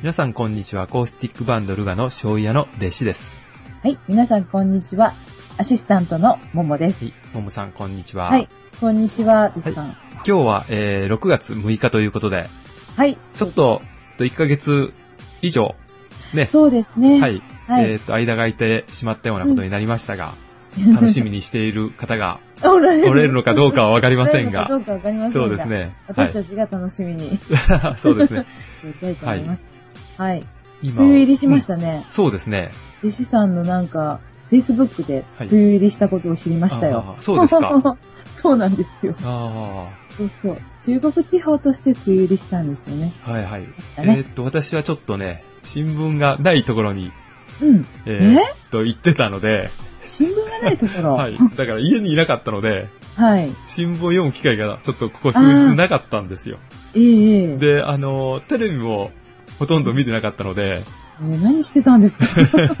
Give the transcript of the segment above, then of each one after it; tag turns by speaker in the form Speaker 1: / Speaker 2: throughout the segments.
Speaker 1: 皆さんこんにちは。アコースティックバンドルガの醤油屋の弟子です。
Speaker 2: はい、皆さんこんにちは。アシスタントのももです。
Speaker 1: はい。ももさんこんにちは。
Speaker 2: はい、こんにちは、ですさん。
Speaker 1: 今日は、えー、6月6日ということで、
Speaker 2: はい、
Speaker 1: ちょっと、と1ヶ月以上、ね。
Speaker 2: そうですね。
Speaker 1: はい。
Speaker 2: はい
Speaker 1: えっ、と、間が空いてしまったようなことになりましたが、楽しみにしている方が
Speaker 2: おられ
Speaker 1: おれるのかどうかはわかりません
Speaker 2: ど
Speaker 1: が、
Speaker 2: うかわかりません
Speaker 1: そ
Speaker 2: が。
Speaker 1: うです。ね。は
Speaker 2: 私
Speaker 1: い。
Speaker 2: たちが楽しみに
Speaker 1: そうです ね。
Speaker 2: していきたいと思います。はい。梅
Speaker 1: 今
Speaker 2: 雨入りしまし
Speaker 1: うん
Speaker 2: たね。
Speaker 1: そうですね。
Speaker 2: 弟子さんのなんか、Facebook で
Speaker 1: はい
Speaker 2: 梅雨入りしたことを知りましたよ。
Speaker 1: あーそうですか。
Speaker 2: そうなんですよ。
Speaker 1: あ
Speaker 2: そうそう。中国地方として梅雨入りしたんですよね。
Speaker 1: あ、はいはい。
Speaker 2: 確か
Speaker 1: え
Speaker 2: ね。
Speaker 1: ーっと、私はちょっとね、新聞がないところに、
Speaker 2: うん。
Speaker 1: えー
Speaker 2: え
Speaker 1: っと、行ってたので、
Speaker 2: 新聞がないところ。
Speaker 1: はい。だから家にいなかったので、
Speaker 2: はい。
Speaker 1: 新聞を読む機会がちょっとここ数日なかったんですよ。
Speaker 2: ええええ。
Speaker 1: で、あの、テレビもほとんど見てなかったので、
Speaker 2: えー何してた んですか、え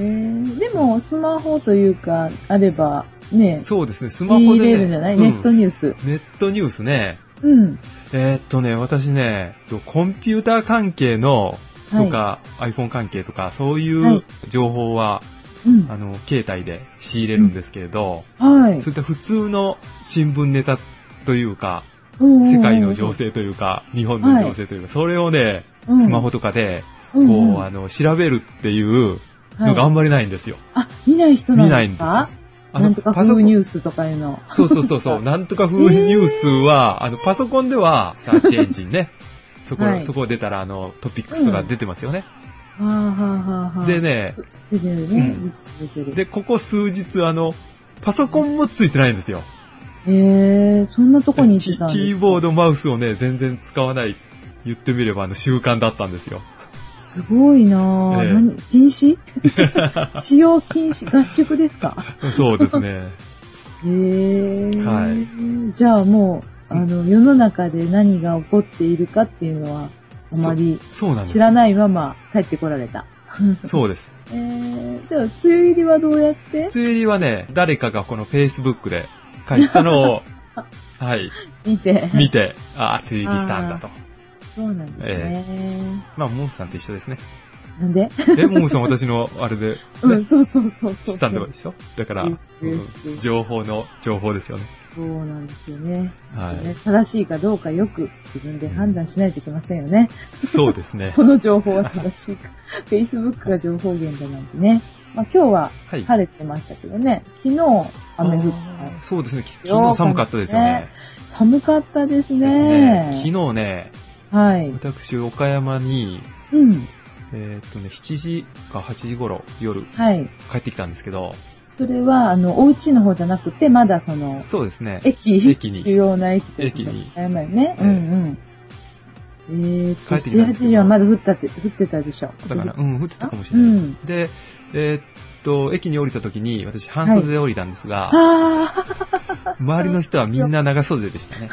Speaker 2: ーでも、スマホというか、あれば、ね、
Speaker 1: そうですね、スマホ
Speaker 2: 見
Speaker 1: で、ね。
Speaker 2: れるんじゃない、
Speaker 1: うん
Speaker 2: ネットニュース。
Speaker 1: ネットニュースね。
Speaker 2: うん。
Speaker 1: えーっとね、私ね、コンピューター関係の、
Speaker 2: はい
Speaker 1: とか、iPhone 関係とか、そうい
Speaker 2: は
Speaker 1: う
Speaker 2: い
Speaker 1: 情報は、
Speaker 2: うん。
Speaker 1: あの、携帯で仕入れるんですけれど、
Speaker 2: はい
Speaker 1: そう。いった普通の新聞ネタというか、世
Speaker 2: 世
Speaker 1: 界の情、勢というか、日本の情勢というか、それをね、
Speaker 2: うん
Speaker 1: スマホとかで、こ
Speaker 2: こ
Speaker 1: う、あの、調べるっていうのがあんまりないんですよ。
Speaker 2: あ、見ない人なん
Speaker 1: 見ない
Speaker 2: で
Speaker 1: んです
Speaker 2: すか
Speaker 1: よ。あ
Speaker 2: なんとか風ニ
Speaker 1: ー
Speaker 2: ュースとかいうの。
Speaker 1: ス。そうそうそう そう、なんとか風ニュースは、あの、パソコンでは、サーチエンジン ね。そこ、
Speaker 2: はい
Speaker 1: そこ出たら、あの、トピックスとか出てますよね。
Speaker 2: はあ、はあはあはあ、
Speaker 1: で。ね、
Speaker 2: 出てるね
Speaker 1: うん。
Speaker 2: 出てる。
Speaker 1: で、ここ数日、あの、パソコンもついてないんですよ。
Speaker 2: えー、そんなとこに行っ
Speaker 1: キ
Speaker 2: てたん
Speaker 1: キーボード、マウスをね、全然使わない、言ってみれば、あの、習慣だったんですよ。
Speaker 2: すごいなぁ、
Speaker 1: ええ
Speaker 2: 何禁止 使用禁止合宿ですか
Speaker 1: そうです ね。
Speaker 2: へー。
Speaker 1: は
Speaker 2: じゃあもう、あの、世の中で何が起こっているかっていうのは、あまり
Speaker 1: そうなんです。
Speaker 2: 知ら
Speaker 1: い。
Speaker 2: ないまま帰ってこられた。
Speaker 1: そうです。
Speaker 2: えー、じゃあ、梅雨入りはどうやって
Speaker 1: 梅雨入りはね、誰かがこの Facebook で書いたの を、はい、
Speaker 2: 見て。
Speaker 1: 見て、ああ、梅雨入りしたんだと。
Speaker 2: そうなんですね。
Speaker 1: まあ、モンスさんと一緒ですね。
Speaker 2: なんで
Speaker 1: え、モンスさん私のあれで、
Speaker 2: うん、そうそうそうそう。
Speaker 1: 知ったんだでしょだから、
Speaker 2: う
Speaker 1: うんん情報の情報ですよね。
Speaker 2: そうなんですよね。
Speaker 1: はい。
Speaker 2: 正しいかどうかよく自分で判断しないといけませんよね。
Speaker 1: そうですね
Speaker 2: こ。の情報は正しい か。Facebook が情報源だなんてね。まあ今日は
Speaker 1: はい。
Speaker 2: 晴れてましたけどね、昨日雨降った
Speaker 1: あ。ーそうですね。き昨日寒かったですよね。
Speaker 2: 寒かったで
Speaker 1: で
Speaker 2: す
Speaker 1: すね
Speaker 2: ね。
Speaker 1: 昨日ね、
Speaker 2: はい。
Speaker 1: 私、岡山に、
Speaker 2: うん。
Speaker 1: えーっとね、7時か8時頃、夜、
Speaker 2: はい。
Speaker 1: 帰ってきたんですけど、
Speaker 2: それは、あの、お家の方じゃなくて、まだその、
Speaker 1: そうですね。
Speaker 2: 駅、
Speaker 1: 駅に
Speaker 2: 主要な駅ってこと
Speaker 1: 駅に
Speaker 2: 謝るね。
Speaker 1: え
Speaker 2: う
Speaker 1: え
Speaker 2: んうん。えーっと、
Speaker 1: 帰ってきたん
Speaker 2: 18
Speaker 1: ですけど
Speaker 2: 時はまだ降ったって、降ってたでしょ。
Speaker 1: だから、
Speaker 2: う。
Speaker 1: うんん、降ってたかもしれない。
Speaker 2: うん
Speaker 1: で、えーっと、駅に降りた時に、私、半袖で降りたんですが、
Speaker 2: あ
Speaker 1: 周りの人はみんな長袖で したね。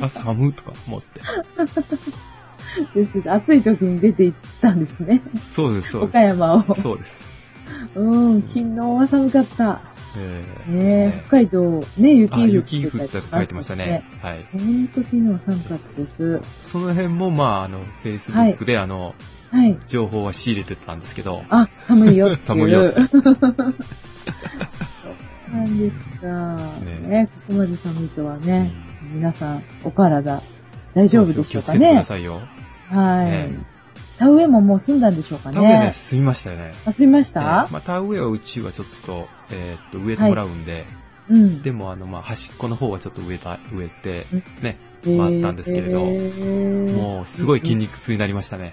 Speaker 1: あ、寒いとか思って。
Speaker 2: ーですけど暑い時に出て行ったんですね。
Speaker 1: そうです、そう
Speaker 2: 岡
Speaker 1: で
Speaker 2: 山を。
Speaker 1: す。そうです。
Speaker 2: うん、昨日は寒かった。
Speaker 1: えー
Speaker 2: ねえ、
Speaker 1: です
Speaker 2: 北海道、ね、雪
Speaker 1: あ、
Speaker 2: 降って
Speaker 1: 雪降ったって書いてましたね。。はい。
Speaker 2: えーっと、昨日は寒かったです。
Speaker 1: その辺も、まあ、あの、Facebook で、あの、
Speaker 2: はい。
Speaker 1: 情報は仕入れてたんですけど、
Speaker 2: あ、寒いよっていう。
Speaker 1: 寒いよって
Speaker 2: そうなんですか。
Speaker 1: ですね
Speaker 2: ねここまで寒いとはね、皆さん、お体、大
Speaker 1: 大
Speaker 2: 丈夫でしょうか
Speaker 1: 気をつけてくだ
Speaker 2: ね。
Speaker 1: さいよ。
Speaker 2: はい。
Speaker 1: ね
Speaker 2: 田植えももう済んだんでしょうかね。
Speaker 1: 田植えね、済みましたよね。
Speaker 2: あ、済みまし
Speaker 1: え
Speaker 2: た
Speaker 1: ー、まあ、田植えはうちはちょっと、えーっと、植えてもらうんで、
Speaker 2: うん。
Speaker 1: でも、あの、まあ、端っこの方はちょっと植えた、植えて
Speaker 2: うん、
Speaker 1: ね、
Speaker 2: えー
Speaker 1: まああったんですけれど
Speaker 2: えー
Speaker 1: もうすごい筋肉痛になりましたね。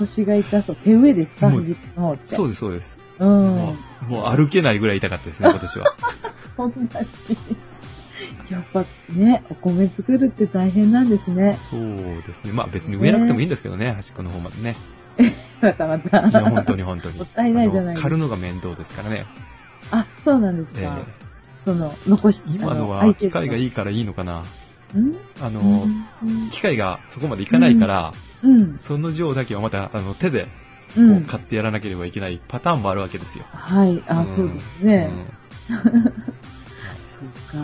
Speaker 2: 腰が痛そう。手植えですか
Speaker 1: もう
Speaker 2: 藤の方って。
Speaker 1: そう
Speaker 2: う
Speaker 1: です、そうです。
Speaker 2: ん
Speaker 1: も。うもう歩けないぐらい痛かったですね、今年は。
Speaker 2: そんなに。やっぱね、お米作るって大変なんですね。
Speaker 1: そうですね。まあ別に植えなくてもいいんですけどね、端っこの方までね。
Speaker 2: またまた。
Speaker 1: いや、本当に本当に。
Speaker 2: もったいないじゃない
Speaker 1: あの刈るのが面倒ですからね。
Speaker 2: あ、そうなんです
Speaker 1: え
Speaker 2: か。
Speaker 1: ー
Speaker 2: その、残し、
Speaker 1: 今の
Speaker 2: あ
Speaker 1: は
Speaker 2: 相手
Speaker 1: 機
Speaker 2: の
Speaker 1: 械がいいからいいのかな。
Speaker 2: うん
Speaker 1: あ
Speaker 2: あ
Speaker 1: の、機械がそこまでいかないから、
Speaker 2: うん。
Speaker 1: その量だけはまたあの手で
Speaker 2: う。
Speaker 1: こうん買ってやらなければいけないパターンもあるわけですよ。
Speaker 2: はい、あ、
Speaker 1: ん
Speaker 2: そうですね。
Speaker 1: うん
Speaker 2: そうか。お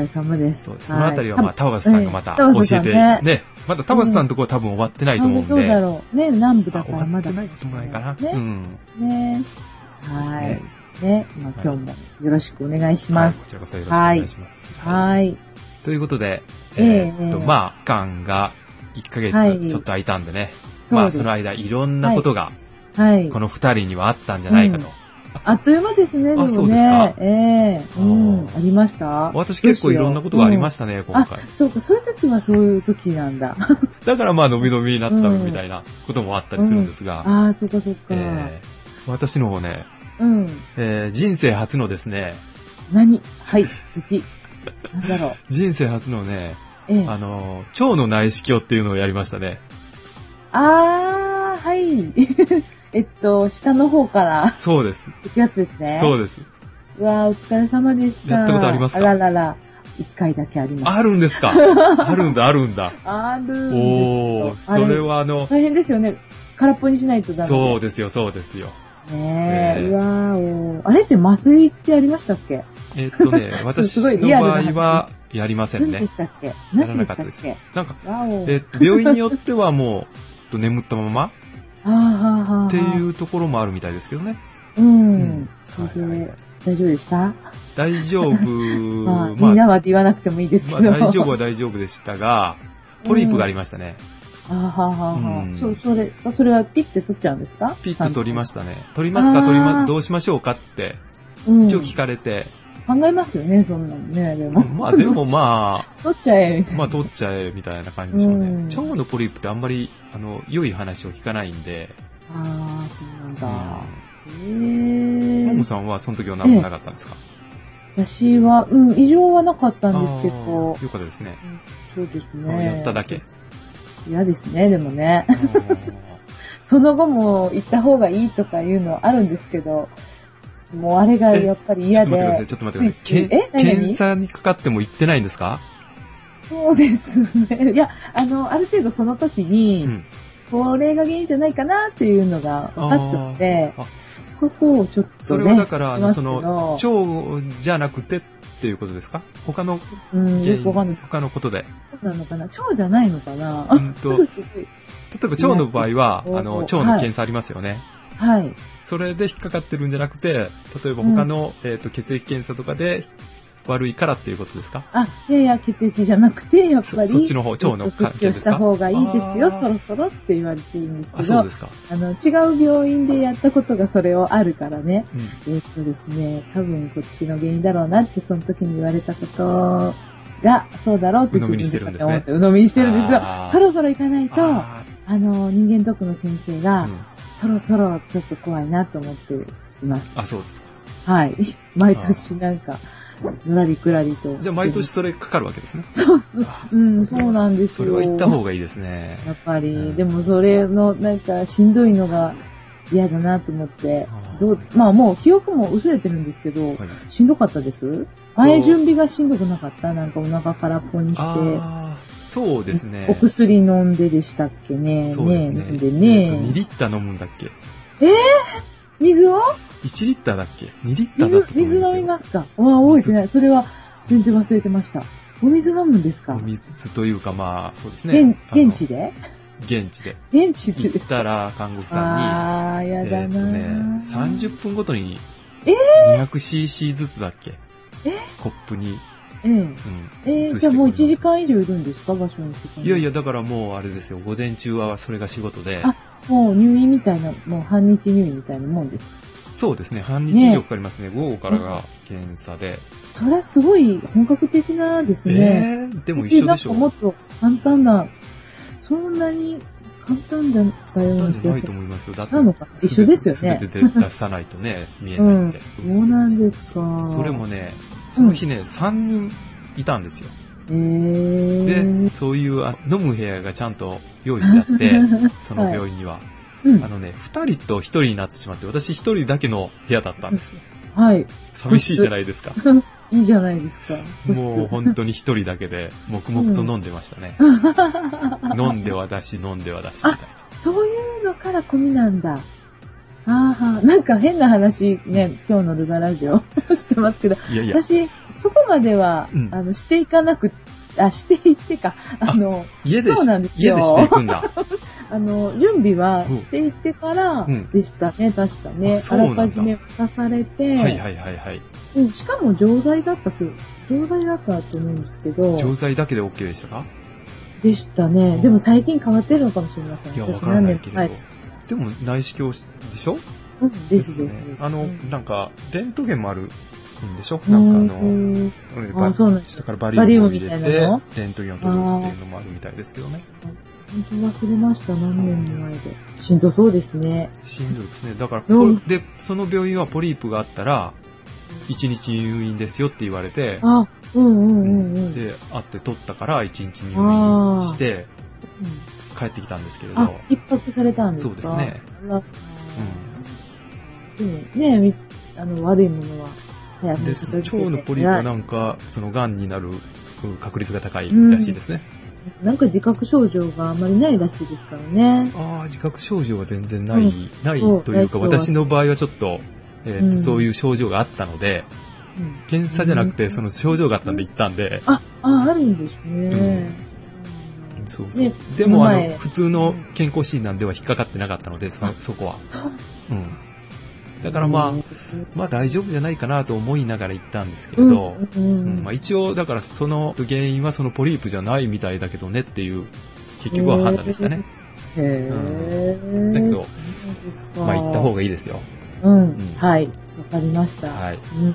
Speaker 2: 疲れ様です。
Speaker 1: そうそのあたりは、まあ、
Speaker 2: い
Speaker 1: タバスさんがまた
Speaker 2: ええ
Speaker 1: 教えて、
Speaker 2: タバスさんね
Speaker 1: ね。まだタバスさんのところ多分終わってないと思うんで。
Speaker 2: あそうだろう。ね、南部だからま
Speaker 1: あ終わ
Speaker 2: だ。
Speaker 1: ってないと思うかな。う
Speaker 2: ね。
Speaker 1: ん。
Speaker 2: ね。はい。ね、まあ、今日もよろしくお願いし
Speaker 1: は
Speaker 2: ま
Speaker 1: い、
Speaker 2: す。
Speaker 1: こちらこそよろしくお願いします。
Speaker 2: はい。
Speaker 1: ということで、
Speaker 2: ええ
Speaker 1: えーっと、
Speaker 2: ええ
Speaker 1: まあ、期間が1ヶ
Speaker 2: はい
Speaker 1: 月ちょっと空いたんでね。
Speaker 2: そう
Speaker 1: まあ、
Speaker 2: です
Speaker 1: その間、いろんなことが、
Speaker 2: はい。
Speaker 1: この二人にはあったんじゃないかと。
Speaker 2: うんあっという間ですね、でもね。
Speaker 1: そうですか
Speaker 2: ええうん。
Speaker 1: あー
Speaker 2: ありました
Speaker 1: 私結構いろんなことがありま
Speaker 2: し
Speaker 1: したね、今回
Speaker 2: あ。、そうか、そういう時はそういう時なんだ。
Speaker 1: だからまあ、伸び伸びになった
Speaker 2: うん
Speaker 1: みたいなこともあったりするんですが、
Speaker 2: ああ、そうか、そうか。
Speaker 1: えー私の方ね、
Speaker 2: うん。
Speaker 1: えー人生初のですね、
Speaker 2: 何はい、次。なんだろ う。
Speaker 1: 人生初のね、
Speaker 2: ええ
Speaker 1: あのー、腸の内視鏡っていうのをやりましたね。
Speaker 2: あー、はい。 えっと、下の方から
Speaker 1: そうです。
Speaker 2: 行くやつですね。
Speaker 1: そう
Speaker 2: で
Speaker 1: です。
Speaker 2: す。うわー、お疲れ様でした。
Speaker 1: やったことありますか
Speaker 2: あららら。一回だけあります。
Speaker 1: あるんですかあるんだ、あるん だ。
Speaker 2: あるんですよ
Speaker 1: おー、それ。はあ
Speaker 2: あ
Speaker 1: の、
Speaker 2: 大変ですよね。空っぽにしないとダメ。
Speaker 1: そうですよ、そうですよ。
Speaker 2: す。ね
Speaker 1: え
Speaker 2: え。
Speaker 1: え
Speaker 2: うわー、おーあれって麻酔ってありましたっけ
Speaker 1: えっと ね、私
Speaker 2: すごい
Speaker 1: の
Speaker 2: リアルな
Speaker 1: 場
Speaker 2: 話
Speaker 1: 合はやりません
Speaker 2: 全部
Speaker 1: ね
Speaker 2: し。たっけ
Speaker 1: や
Speaker 2: な
Speaker 1: ら
Speaker 2: し
Speaker 1: な
Speaker 2: で
Speaker 1: か
Speaker 2: し
Speaker 1: った
Speaker 2: たっ
Speaker 1: です
Speaker 2: け。
Speaker 1: なんか、
Speaker 2: わお。
Speaker 1: えっと病院によってはもう、えっと眠ったまま
Speaker 2: あーはーはーはー
Speaker 1: ってい。うところもあるみたいですけどね。
Speaker 2: う
Speaker 1: うん
Speaker 2: ん。そ
Speaker 1: はいは
Speaker 2: れ
Speaker 1: い
Speaker 2: で、大丈夫でした
Speaker 1: 大丈夫、
Speaker 2: まあ、
Speaker 1: ま
Speaker 2: み
Speaker 1: あ
Speaker 2: ん、なはって言わなくてもいいですけ
Speaker 1: ま
Speaker 2: ど。
Speaker 1: あ大丈夫は大丈夫でしたが、ポリープがありましたね。
Speaker 2: あはははは、
Speaker 1: うん
Speaker 2: そう、それ、それはピッて取っちゃうんですか
Speaker 1: ピッと取りま
Speaker 2: し
Speaker 1: したね。取りますか
Speaker 2: あー
Speaker 1: 取りま、どうしましょうかって、
Speaker 2: た。うん。
Speaker 1: 一応
Speaker 2: 考
Speaker 1: 聞かれて、
Speaker 2: えますよね、そんなのね、でも。
Speaker 1: まあでもま
Speaker 2: 取っちゃえ、み
Speaker 1: あ、
Speaker 2: たい
Speaker 1: ま
Speaker 2: な。
Speaker 1: あ取っちゃえみたいな感じでしょうね。
Speaker 2: うん
Speaker 1: 腸のポリープってあんまり、あの、良い話を聞かないんで、
Speaker 2: あー、そうなんだ。
Speaker 1: うん
Speaker 2: へ
Speaker 1: もも
Speaker 2: ー。
Speaker 1: さんはその時は何もなかったんですか
Speaker 2: 私は、うん、異常はなかったんですけ
Speaker 1: あ
Speaker 2: ど
Speaker 1: ー、よかったですね。
Speaker 2: そうです
Speaker 1: あ
Speaker 2: ね。
Speaker 1: やっただけ。。
Speaker 2: 嫌ですね、でもね。
Speaker 1: あー
Speaker 2: その後も行った方がいいとかいうのはあるんですけど、もうあれがやっぱり
Speaker 1: ちょっ
Speaker 2: 嫌
Speaker 1: と待ってくださ
Speaker 2: で
Speaker 1: い、。ちょっと待ってください。
Speaker 2: え
Speaker 1: け
Speaker 2: 何々
Speaker 1: 検査にかかっても行ってないんですか
Speaker 2: そうですね。いや、あの、ある程度その時に、
Speaker 1: うん。
Speaker 2: これが原因じゃないかなっていうのが分かってて
Speaker 1: あーあ、
Speaker 2: そこをちょっと、ね、
Speaker 1: それはだから、あの
Speaker 2: し
Speaker 1: その、
Speaker 2: ま
Speaker 1: 腸
Speaker 2: すけど
Speaker 1: じゃなくてっていうことですか他の
Speaker 2: うん、
Speaker 1: 原
Speaker 2: よくわかん
Speaker 1: 因、
Speaker 2: ない。
Speaker 1: 他のことで。
Speaker 2: そうなのかな腸じゃないのかな
Speaker 1: う
Speaker 2: あ
Speaker 1: ん
Speaker 2: す
Speaker 1: と
Speaker 2: ごいす
Speaker 1: 例えば腸の場合 は、
Speaker 2: うん
Speaker 1: あの、
Speaker 2: うん
Speaker 1: 腸の検査ありますよね。
Speaker 2: ごい はい。
Speaker 1: それで引っかかってるんじゃなくて、例えば他の、えっ、と、血液検査とかで悪いからっていうことですか
Speaker 2: あ、いやいや、血液じゃなくて、やっぱり、
Speaker 1: そそっちの方腸の
Speaker 2: そっちをした方がいいですよ、そろそろって言われてるんです
Speaker 1: あ、
Speaker 2: け
Speaker 1: そう
Speaker 2: ど
Speaker 1: で、すか。
Speaker 2: あの、違う病院でやったことがそれをあるからね。
Speaker 1: うん。
Speaker 2: えっとですね、多分こっちの原因だろうなって、その時に言われたことが、そうだろうって自分で思って、鵜呑みにしてるんですけど
Speaker 1: あー、
Speaker 2: そろそろ行かないと、あ
Speaker 1: あ
Speaker 2: の、人間ドックの先生
Speaker 1: ー
Speaker 2: が、
Speaker 1: うん
Speaker 2: そろそろちょっと怖いなと思っています。
Speaker 1: あ、そうですか。
Speaker 2: はい。毎年なんか、のらりくらりと。
Speaker 1: じゃあ、毎年それかかるわけですね。
Speaker 2: そうそう
Speaker 1: あ。
Speaker 2: うん、そうなんです
Speaker 1: そ
Speaker 2: よ。
Speaker 1: れは行った方がいいですね。
Speaker 2: やっぱ
Speaker 1: うん
Speaker 2: り、でもそれの、なんか、しんどいのが嫌だなと思って
Speaker 1: あー、
Speaker 2: どう、まあもう記憶も薄れてるんですけど、
Speaker 1: はい
Speaker 2: しんどかったです前準備がしんどくなかったなんかお腹空っぽにして。
Speaker 1: ああ、そうですね。
Speaker 2: お薬飲んででしたっけね。
Speaker 1: そうです
Speaker 2: ね
Speaker 1: ね。
Speaker 2: 飲んで
Speaker 1: えーと2
Speaker 2: ね。
Speaker 1: リッター飲むんだっけ
Speaker 2: 水を
Speaker 1: ?1 リッターだっけ ?2 リッターだった、
Speaker 2: 水
Speaker 1: と思
Speaker 2: 水
Speaker 1: いますよ。
Speaker 2: 飲みますかわあ、多いですね。それは全然忘れてました。お水飲むんですか
Speaker 1: お水というか、まあ、そうですね
Speaker 2: 現。現
Speaker 1: あ
Speaker 2: 地で
Speaker 1: の現地で。
Speaker 2: 現地でで
Speaker 1: 行っ
Speaker 2: す
Speaker 1: たら、看護婦さ
Speaker 2: ああ、
Speaker 1: ん
Speaker 2: や
Speaker 1: に、え
Speaker 2: だ
Speaker 1: っ、
Speaker 2: な
Speaker 1: とね
Speaker 2: ー、
Speaker 1: 30分ごとに、200cc ずつだっけ
Speaker 2: え
Speaker 1: コップに、
Speaker 2: ええ。
Speaker 1: う
Speaker 2: え
Speaker 1: ん。移して
Speaker 2: ー、じゃあもう
Speaker 1: くる
Speaker 2: 1時間以上いるんですか場所に
Speaker 1: いやいや、。だからもうあれですよ、午前中はそれが仕事で、
Speaker 2: あもう入院みたいな、もう半日入院みたいなもんです。
Speaker 1: そうですね、半日以上かかりますね、午後からが検査で。
Speaker 2: それはすごい本格的なですね。
Speaker 1: えー、でも一緒でしょ
Speaker 2: 私なんかもっと簡単な、そんなに簡単だったよう
Speaker 1: 簡単
Speaker 2: な
Speaker 1: じ
Speaker 2: 気
Speaker 1: ゃな
Speaker 2: が
Speaker 1: いと
Speaker 2: する。
Speaker 1: 思いますよ。だって
Speaker 2: なのかな一緒ですよね
Speaker 1: 全てで出さないとね、見えないって。
Speaker 2: うん そうなんですか
Speaker 1: それもね、その日ね、3人いたんですよ。
Speaker 2: えー、
Speaker 1: で、そういうあ飲む部屋がちゃんと用意してあって、 その病
Speaker 2: 院。
Speaker 1: 院には。
Speaker 2: うん
Speaker 1: あのね、2人と1人になってしまって、私1人だけの部屋だったんですよ。
Speaker 2: はい。
Speaker 1: 寂しいじゃない ですか。
Speaker 2: いいじゃないですか。
Speaker 1: もう本当に1人だけで、黙々と飲んでましたね。 飲んではだし、飲んではだし、みたいな。
Speaker 2: そういうのから込みなんだ。あーはーなんか変な話ね、今日のルガラジオ してますけど、
Speaker 1: いやいや、
Speaker 2: 私、そこまでは、
Speaker 1: うん
Speaker 2: あの、していかなく、あ、していってか、あの、
Speaker 1: 家で
Speaker 2: そう
Speaker 1: し
Speaker 2: なんです
Speaker 1: 家
Speaker 2: よ
Speaker 1: でしていくん だ。
Speaker 2: あの、準備は
Speaker 1: うん
Speaker 2: していってから
Speaker 1: うん
Speaker 2: でしたね、確かね。
Speaker 1: あ
Speaker 2: あ
Speaker 1: そうな
Speaker 2: ら
Speaker 1: んだ
Speaker 2: かじめ渡されて、
Speaker 1: はいはいはいはい。
Speaker 2: うんしかも錠剤だったけど、錠剤だったと思うんですけど、
Speaker 1: 錠剤だけで OK でしたか
Speaker 2: でしたね。でも最近変わってるのかもしれません。
Speaker 1: いや、
Speaker 2: 私
Speaker 1: わからない
Speaker 2: 何
Speaker 1: け
Speaker 2: 年
Speaker 1: れど。
Speaker 2: 前
Speaker 1: でも内視鏡でしょ
Speaker 2: うん、ですです、
Speaker 1: ねあの、
Speaker 2: うん
Speaker 1: なんか、レントゲンもあるんでしょなんかあの、
Speaker 2: うん
Speaker 1: うん
Speaker 2: あそうなんです
Speaker 1: 下からバリウムを入れ
Speaker 2: バリウムみたいなの
Speaker 1: て、レントゲンを取るっていうのもあるみたいですけどね。
Speaker 2: 本当忘れました、何年も前で。しんどそうですね。
Speaker 1: しんどいですね。だから、
Speaker 2: うん
Speaker 1: ここで、その病院はポリープがあったら、1日入院ですよって言われて、
Speaker 2: あ、うんうんうんうん。
Speaker 1: で、会って取ったから1日入院して
Speaker 2: うん
Speaker 1: 帰ってきたんですけれど、
Speaker 2: あ、一泊されたんですか
Speaker 1: そうですね。
Speaker 2: あらでもねみあの、悪いものは早く
Speaker 1: で、その腸のポリープは
Speaker 2: な
Speaker 1: なんか、その癌になるうん確率が高いらしいですね。
Speaker 2: なんか自覚症状があまりないらしいですからね。
Speaker 1: ああ、自覚症状は全然ない、
Speaker 2: うん
Speaker 1: ない
Speaker 2: そう
Speaker 1: というか、
Speaker 2: 大丈夫
Speaker 1: 私の場合はちょっと、えーと
Speaker 2: うん
Speaker 1: そういう症状があったので、
Speaker 2: うん
Speaker 1: 検査じゃなく
Speaker 2: う
Speaker 1: て、
Speaker 2: ん
Speaker 1: その症状があったんで行ったんで、
Speaker 2: あ、あ、あるんですね。うん
Speaker 1: そうそう
Speaker 2: ね
Speaker 1: でも、あ
Speaker 2: こ
Speaker 1: の、
Speaker 2: の前
Speaker 1: 普通の健康診断では引っかかってなかったので、そそ こは。
Speaker 2: そう
Speaker 1: うん。だからまあ、
Speaker 2: うん
Speaker 1: まあ大丈夫じゃないかなと思いながら行ったんですけ
Speaker 2: う
Speaker 1: れ
Speaker 2: ん
Speaker 1: ど、うんまあ、一応、だからその原因はそのポリープじゃないみたいだけどねっていう、結局は判断でしたね。
Speaker 2: へぇ
Speaker 1: だけど、まあ行った方
Speaker 2: が。
Speaker 1: がいいですよ。
Speaker 2: うん
Speaker 1: うん。
Speaker 2: はい。わかりました。
Speaker 1: はい。
Speaker 2: うん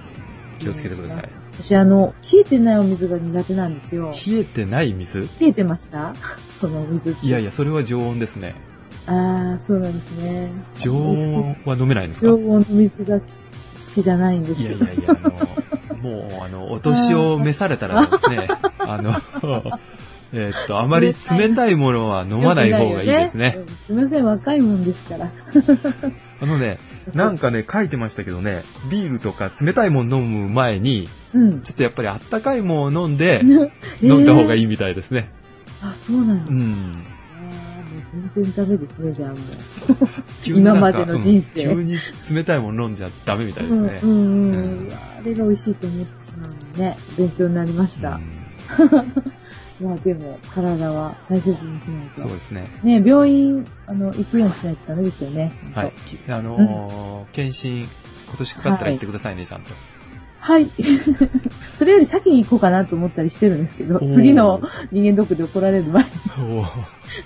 Speaker 1: 気をつけてください。
Speaker 2: 私、あの、冷えてないお水が苦手なんですよ。
Speaker 1: 冷えてない水
Speaker 2: 冷えてました そのお水って。
Speaker 1: いやいや、それは常温ですね。
Speaker 2: ああ、そうなんですね。
Speaker 1: 常温は飲めないんです
Speaker 2: 常
Speaker 1: か
Speaker 2: 温の水が好きじゃないんです
Speaker 1: いや
Speaker 2: よ
Speaker 1: いやいや、あの、もう、あの、お年を召されたらです ね、あの、えーっと、あまり冷たいものは飲まない方がいいですね。。
Speaker 2: すみません、若いもんですから。
Speaker 1: あのね、なんかね、書いてましたけどね、ビールとか冷たいもの飲む前に、
Speaker 2: うん。
Speaker 1: ちょっとやっぱりあったかいものを飲ん で、飲
Speaker 2: 飲
Speaker 1: んだ方が
Speaker 2: い。
Speaker 1: いいみたいですね。
Speaker 2: あ、そうな
Speaker 1: う
Speaker 2: んだ。
Speaker 1: ん。
Speaker 2: あーもう全然ダメですね、じゃあもう。
Speaker 1: 急になんか
Speaker 2: 今までの人生
Speaker 1: うん急に冷たいもの飲んじゃダメみたいですね。
Speaker 2: うんうんう
Speaker 1: うん
Speaker 2: ん。うわあれが美味しいと思ってしまうので、勉強になりまし
Speaker 1: う
Speaker 2: た。
Speaker 1: ん
Speaker 2: まあでも、体は大切にしないと
Speaker 1: そう。ですね。
Speaker 2: ね、病院、あの、行くようにしないとダメですよね。
Speaker 1: はい。。きあのー検診、今年かかったら行ってくださいね、ちゃんと。
Speaker 2: はい。 それより先に行こうかなと思ったりしてるんですけど、
Speaker 1: おー
Speaker 2: 次の人間ドックで怒られる前に、
Speaker 1: おー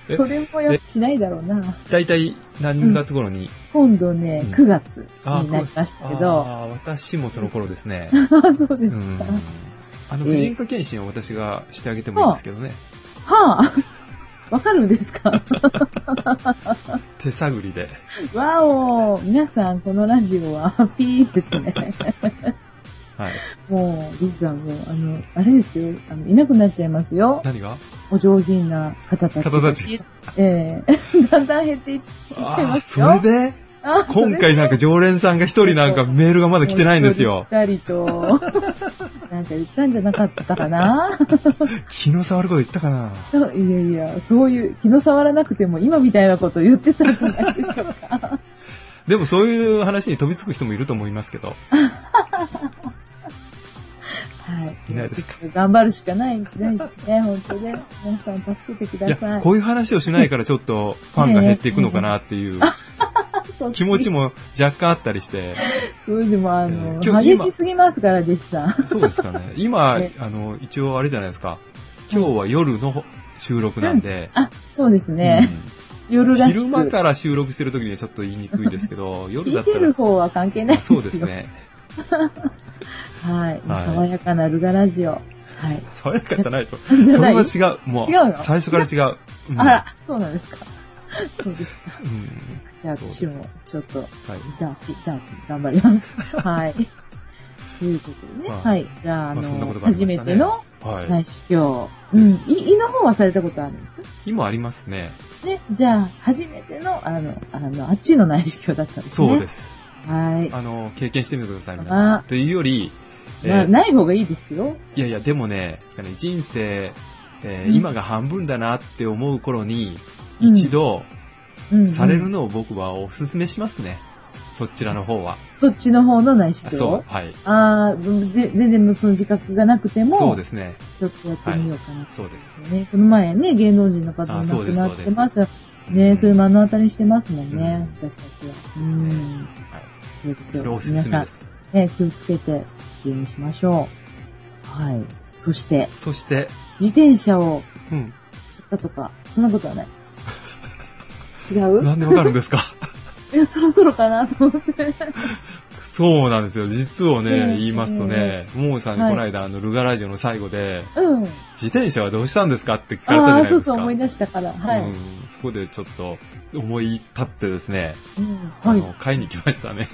Speaker 1: え
Speaker 2: それもやしないだろうな。
Speaker 1: 大体何月頃に、
Speaker 2: 今度ね、
Speaker 1: うん
Speaker 2: 9月
Speaker 1: あー
Speaker 2: になりましたけ
Speaker 1: あ
Speaker 2: ど、
Speaker 1: ー私もその頃ですね。
Speaker 2: あ そうで
Speaker 1: う
Speaker 2: す
Speaker 1: ん
Speaker 2: か。。
Speaker 1: あの、
Speaker 2: えー
Speaker 1: 婦人科検診を私がしてあげてもいいんですけどね。
Speaker 2: はあ、わかるんです か
Speaker 1: 手探りで。
Speaker 2: わお皆さん、このラジオは、ピーですね。
Speaker 1: はい。
Speaker 2: もう、リスさんもう、あの、あれですよ、あのいなくなっちゃいますよ。
Speaker 1: 何が
Speaker 2: お上品な方たち。
Speaker 1: 方たち。
Speaker 2: ええだんだん減っていっちゃい
Speaker 1: あ
Speaker 2: ま
Speaker 1: あ、
Speaker 2: す
Speaker 1: そ
Speaker 2: よ。
Speaker 1: れで
Speaker 2: あそれ
Speaker 1: 今回なんか常連さんが一人なんかメールがまだ来てないんですよ。
Speaker 2: 二 人と、なんか言ったんじゃなかったかな
Speaker 1: 気の触ること言ったかない
Speaker 2: やいや、そういう気の触らなくても今みたいなこと言ってたんじゃないでしょうか。
Speaker 1: でもそういう話に飛びつく人もいると思いますけど。
Speaker 2: はい。
Speaker 1: いないですか
Speaker 2: 頑張るしかないんです ね。ね、本当ね。皆さん助けてく
Speaker 1: い
Speaker 2: ださ
Speaker 1: や、
Speaker 2: い。
Speaker 1: こういう話をしないからちょっとファンが減っていくのかなっていう気持ち
Speaker 2: も。
Speaker 1: も若干あったりして。
Speaker 2: それでも、あの、
Speaker 1: ええ今日
Speaker 2: 激しすぎますから、でした。
Speaker 1: そうですかね。今
Speaker 2: え、
Speaker 1: あの、一応あれじゃないですか。今日は夜の収録なんで。
Speaker 2: あ、そうですね。
Speaker 1: うん
Speaker 2: 夜らしく。
Speaker 1: 昼間から収録してる時にはちょっと言いにくいですけ ど、夜だ
Speaker 2: 聞い
Speaker 1: った
Speaker 2: てる
Speaker 1: ら。
Speaker 2: 方は関係ない
Speaker 1: あそうです
Speaker 2: よ。
Speaker 1: ね。
Speaker 2: はい。
Speaker 1: はい
Speaker 2: 爽やかなルガラジオ。はい。
Speaker 1: 爽やかじゃ ないと。そ
Speaker 2: じゃな
Speaker 1: れはい違う。もう、
Speaker 2: 違うの
Speaker 1: 最初から違う。うん
Speaker 2: あら、そうなんですか。そうですか。
Speaker 1: うん
Speaker 2: じゃあ、
Speaker 1: そうです
Speaker 2: 私も、ちょっと、
Speaker 1: はい。
Speaker 2: ダーツ、ダーツ、頑張 ります。はい。ということでね。
Speaker 1: まあ
Speaker 2: はい。じゃあ、あ
Speaker 1: まあ、そんな
Speaker 2: の
Speaker 1: こ、とがあり
Speaker 2: 初
Speaker 1: まし
Speaker 2: め
Speaker 1: た
Speaker 2: て
Speaker 1: ね。
Speaker 2: の
Speaker 1: は
Speaker 2: 内視鏡。うん。い、胃の方はされたことあるんです
Speaker 1: い。今ありますね。
Speaker 2: ね。じゃあ、初めての、あの、あの、あっちの内視鏡だったんですね。。
Speaker 1: そうですす。
Speaker 2: はい。
Speaker 1: あの、経験してみてください、皆
Speaker 2: ま
Speaker 1: さ
Speaker 2: あ
Speaker 1: ん。というより、え
Speaker 2: まあ
Speaker 1: ー
Speaker 2: ない方がいいですよ。
Speaker 1: いやいや、でもね、なんかね人生、えー
Speaker 2: うん
Speaker 1: 今が半分だなって思う頃に、
Speaker 2: うん
Speaker 1: 一度、
Speaker 2: うん。
Speaker 1: されるのを僕はお勧めしますね。そちらの方は。
Speaker 2: そっちの方の内視
Speaker 1: そう
Speaker 2: 鏡、
Speaker 1: はい。
Speaker 2: ああ、ぜ全然その自覚がなくても、
Speaker 1: そうですね。
Speaker 2: ちょっとやってみようかな
Speaker 1: そうです。
Speaker 2: ね、その前ね、芸能人の方も
Speaker 1: あ
Speaker 2: 亡
Speaker 1: そうで
Speaker 2: く
Speaker 1: す
Speaker 2: なってました。ね、それ目の当たりにしてますもんね、私たちは。うん。
Speaker 1: はい。
Speaker 2: そうです
Speaker 1: それ
Speaker 2: よ。
Speaker 1: おすすめ
Speaker 2: 皆
Speaker 1: で
Speaker 2: さ
Speaker 1: す。
Speaker 2: ん、ね、気をつけて、準備しましょう。はい。そして、
Speaker 1: そして、
Speaker 2: 自転車を
Speaker 1: うん。
Speaker 2: 釣ったとか、そんなことはない。違う
Speaker 1: なんでわかるんです か
Speaker 2: いや、そろそろかなと思って。
Speaker 1: そうなんですよ。実を
Speaker 2: え
Speaker 1: ね、
Speaker 2: え
Speaker 1: 言いますとね、モーさんに
Speaker 2: はい
Speaker 1: この間、あの、ルガラジオの最後で、
Speaker 2: うん。
Speaker 1: 自転車はどうしたんですかって聞かれたじゃ
Speaker 2: ああ
Speaker 1: ない
Speaker 2: ー、そ
Speaker 1: で
Speaker 2: う
Speaker 1: すか。
Speaker 2: そう思い出したから。はい。
Speaker 1: うん。そこでちょっと思い立ってですね、
Speaker 2: うん、
Speaker 1: あ
Speaker 2: はい。
Speaker 1: の、買いに来ました ね。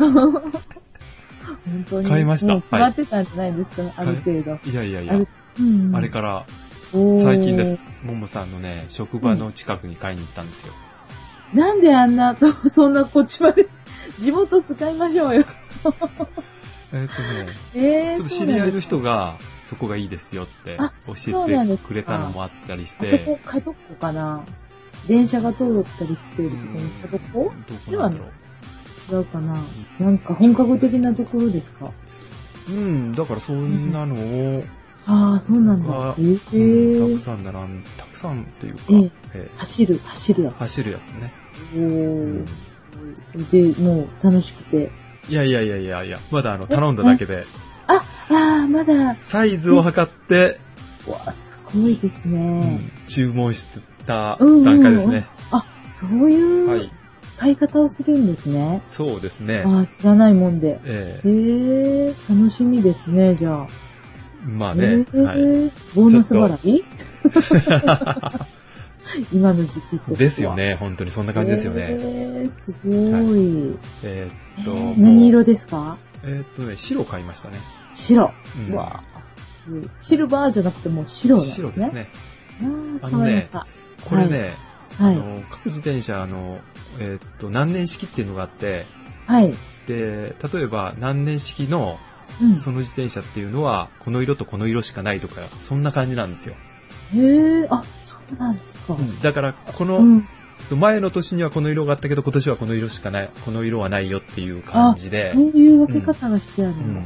Speaker 2: 本当 に。
Speaker 1: 買いました
Speaker 2: もう決まってたんじゃないですか、ある程度。
Speaker 1: いやいやい
Speaker 2: あ
Speaker 1: や
Speaker 2: る、うん
Speaker 1: あれから最
Speaker 2: 最
Speaker 1: 近です。。ももさんのね、職場の近くに買いに行ったんですよ。
Speaker 2: なんであんなと、 そんなこっちまで、地元使いましょうよ。
Speaker 1: えっとね、
Speaker 2: ええー。
Speaker 1: ちょっと知り合いの人
Speaker 2: が。
Speaker 1: が、そこがいいですよって
Speaker 2: あ
Speaker 1: 教
Speaker 2: そうな
Speaker 1: え
Speaker 2: んで
Speaker 1: て
Speaker 2: すか
Speaker 1: くれたのもあったりし
Speaker 2: あそこ
Speaker 1: て、、
Speaker 2: 家族かな電車が通ったりしてるとこ
Speaker 1: うん
Speaker 2: に、家族
Speaker 1: どこなんだろう。
Speaker 2: 違うかななんか本格的なところですか
Speaker 1: うん、だからそんなのを、
Speaker 2: ああ、そうなんだ
Speaker 1: が。
Speaker 2: え
Speaker 1: うんたく
Speaker 2: ー、
Speaker 1: さん並ん、たくさんっていうか、
Speaker 2: え
Speaker 1: ええ
Speaker 2: 走る、走るや
Speaker 1: 走るやつね。
Speaker 2: おー
Speaker 1: うん
Speaker 2: で、もう楽しくて。
Speaker 1: いやいやいやいやいや、まだあの、頼んだだけで、
Speaker 2: あ、ああ、まだ、
Speaker 1: サイズを測って、
Speaker 2: うわ、すごいです
Speaker 1: う
Speaker 2: ね。
Speaker 1: ん注文してた
Speaker 2: うんうん
Speaker 1: 段階ですね。
Speaker 2: あ、そうい
Speaker 1: は
Speaker 2: う
Speaker 1: い。
Speaker 2: 買い方をするんですね。
Speaker 1: そうですね。
Speaker 2: ああ、知らないもんで。
Speaker 1: え
Speaker 2: へえ楽しみですね、じゃあ。
Speaker 1: えまあね、
Speaker 2: へえ
Speaker 1: はい。
Speaker 2: ボーナス払い 今の時期ってことは
Speaker 1: ですよ。ね、本当にそんな感じですよね。
Speaker 2: へえすごい。
Speaker 1: えーっと、
Speaker 2: えー何
Speaker 1: もう
Speaker 2: 色ですか
Speaker 1: えーっとね、白買いましたね。
Speaker 2: 白。
Speaker 1: うん
Speaker 2: うわすごいシルバーじゃなくてもう白なんですね。
Speaker 1: 白です。ね。
Speaker 2: あ
Speaker 1: あ
Speaker 2: あ、
Speaker 1: の
Speaker 2: わいい
Speaker 1: ね
Speaker 2: か。
Speaker 1: これね、
Speaker 2: は
Speaker 1: あ
Speaker 2: い。
Speaker 1: の、各自転車、あの、えーっと、何年式っていうのがあって、
Speaker 2: はい。
Speaker 1: で、例えば何年式の
Speaker 2: うん。
Speaker 1: その自転車っていうのは、この色とこの色しかないとか、そんな感じなんですよ。
Speaker 2: へえあ、そうなんですか。
Speaker 1: だから、この、
Speaker 2: うん。
Speaker 1: 前の年にはこの色があったけど、今年はこの色しかない、この色はないよっていう感じで
Speaker 2: そ、ういう分け方がしてあ
Speaker 1: う
Speaker 2: る
Speaker 1: ん
Speaker 2: だ。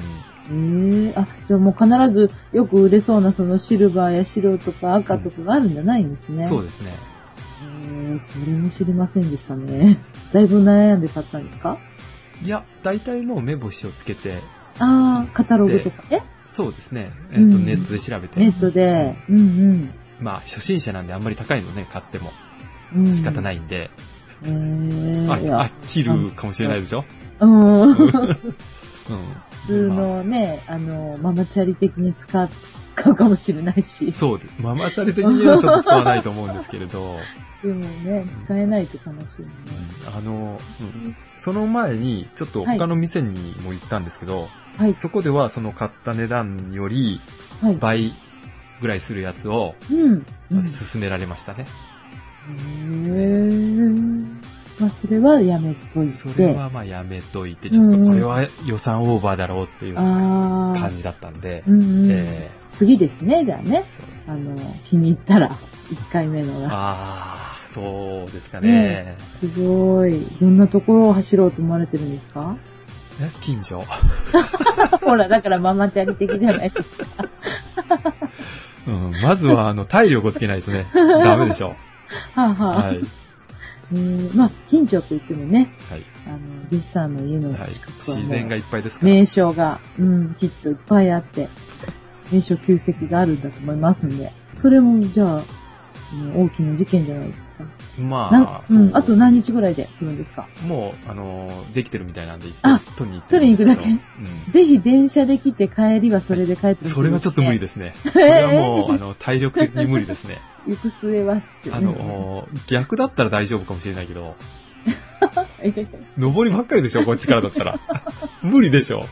Speaker 1: ん、
Speaker 2: ええあ、じゃあもう必ずよく売れそうなそのシルバーや白とか赤とかがあるんじゃないんですね。
Speaker 1: そう
Speaker 2: です。
Speaker 1: ですね。
Speaker 2: えそれも知りませんでしたね。だいぶ悩んで買ったんですか
Speaker 1: いや、大体もう目星をつけて、
Speaker 2: ああ、カタログとかね。
Speaker 1: そうですね、えっと
Speaker 2: うん
Speaker 1: ネットで調べて、
Speaker 2: ネットで。うん
Speaker 1: まあ、初心者なんであんまり高いのね、買っても
Speaker 2: うん。うん、。
Speaker 1: 仕方ないいんで、
Speaker 2: えー、
Speaker 1: あ
Speaker 2: い
Speaker 1: あ
Speaker 2: や、
Speaker 1: 切るかもしれないでしょ。
Speaker 2: うん。
Speaker 1: う
Speaker 2: 普
Speaker 1: ん。
Speaker 2: 通
Speaker 1: ま
Speaker 2: のね、あの、ママチャリ的に使うかもしれない
Speaker 1: あ
Speaker 2: し。
Speaker 1: そうです。ママチャリ的にはちょっと使わないと思うんですけれ ど、
Speaker 2: でもね、使えないと悲しいよね。
Speaker 1: うんあの、うんその前に、ちょっと他の店にも行ったんですけど、
Speaker 2: はい、
Speaker 1: そこではその買った値段より
Speaker 2: はい。
Speaker 1: 倍ぐらいするやつを
Speaker 2: うん。うん
Speaker 1: 勧められましたね。
Speaker 2: へーまあ、それはやめといて。
Speaker 1: それはまあやめといて、ちょっとこれは予算オーバーだろうっていう
Speaker 2: ああ
Speaker 1: 感、じだったんで、
Speaker 2: うんうん
Speaker 1: え
Speaker 2: 次ですね、じゃあね
Speaker 1: ー。そうです
Speaker 2: あの、気に入ったら、1回目のが。
Speaker 1: ああ、そうですかね。
Speaker 2: すごい。どんなところを走ろうと思われてるんです か
Speaker 1: え近所。
Speaker 2: ほら、だからママチャリ的じゃないですか。
Speaker 1: うん、まずはあの体力をつけないと ね、ダメでしょ。
Speaker 2: はあ、はあ
Speaker 1: はい。
Speaker 2: うんまあ、近所と言ってもね、
Speaker 1: はい。
Speaker 2: あの、リスさんの家の
Speaker 1: はい
Speaker 2: 近、くはもう
Speaker 1: 自然がいっぱいですから。
Speaker 2: 名所が、うん、きっといっぱいあって、名所旧跡があるんだと思いますんで、それも、じゃあ、うん大きな事件じゃないですか。
Speaker 1: ま
Speaker 2: な
Speaker 1: あ、
Speaker 2: んうん、あと
Speaker 1: 何
Speaker 2: 何日ぐらいで来るんですか
Speaker 1: もう、あのー、できてるみたいなんで、一
Speaker 2: あ
Speaker 1: 度取りに行ってるんです
Speaker 2: 取りに行
Speaker 1: うん
Speaker 2: ぜひ電車で来て帰りはそれで帰ってほしいですね、
Speaker 1: それはちょっと無理ですね。そ
Speaker 2: え
Speaker 1: れはもう、あの、体力的に無理です ね。
Speaker 2: 行く末はっすよ
Speaker 1: あ
Speaker 2: ね。
Speaker 1: のー、逆だったら大丈夫かもしれないけど、
Speaker 2: や
Speaker 1: 登りばっかりでしょ、こっちからだったら。 無理でしょ。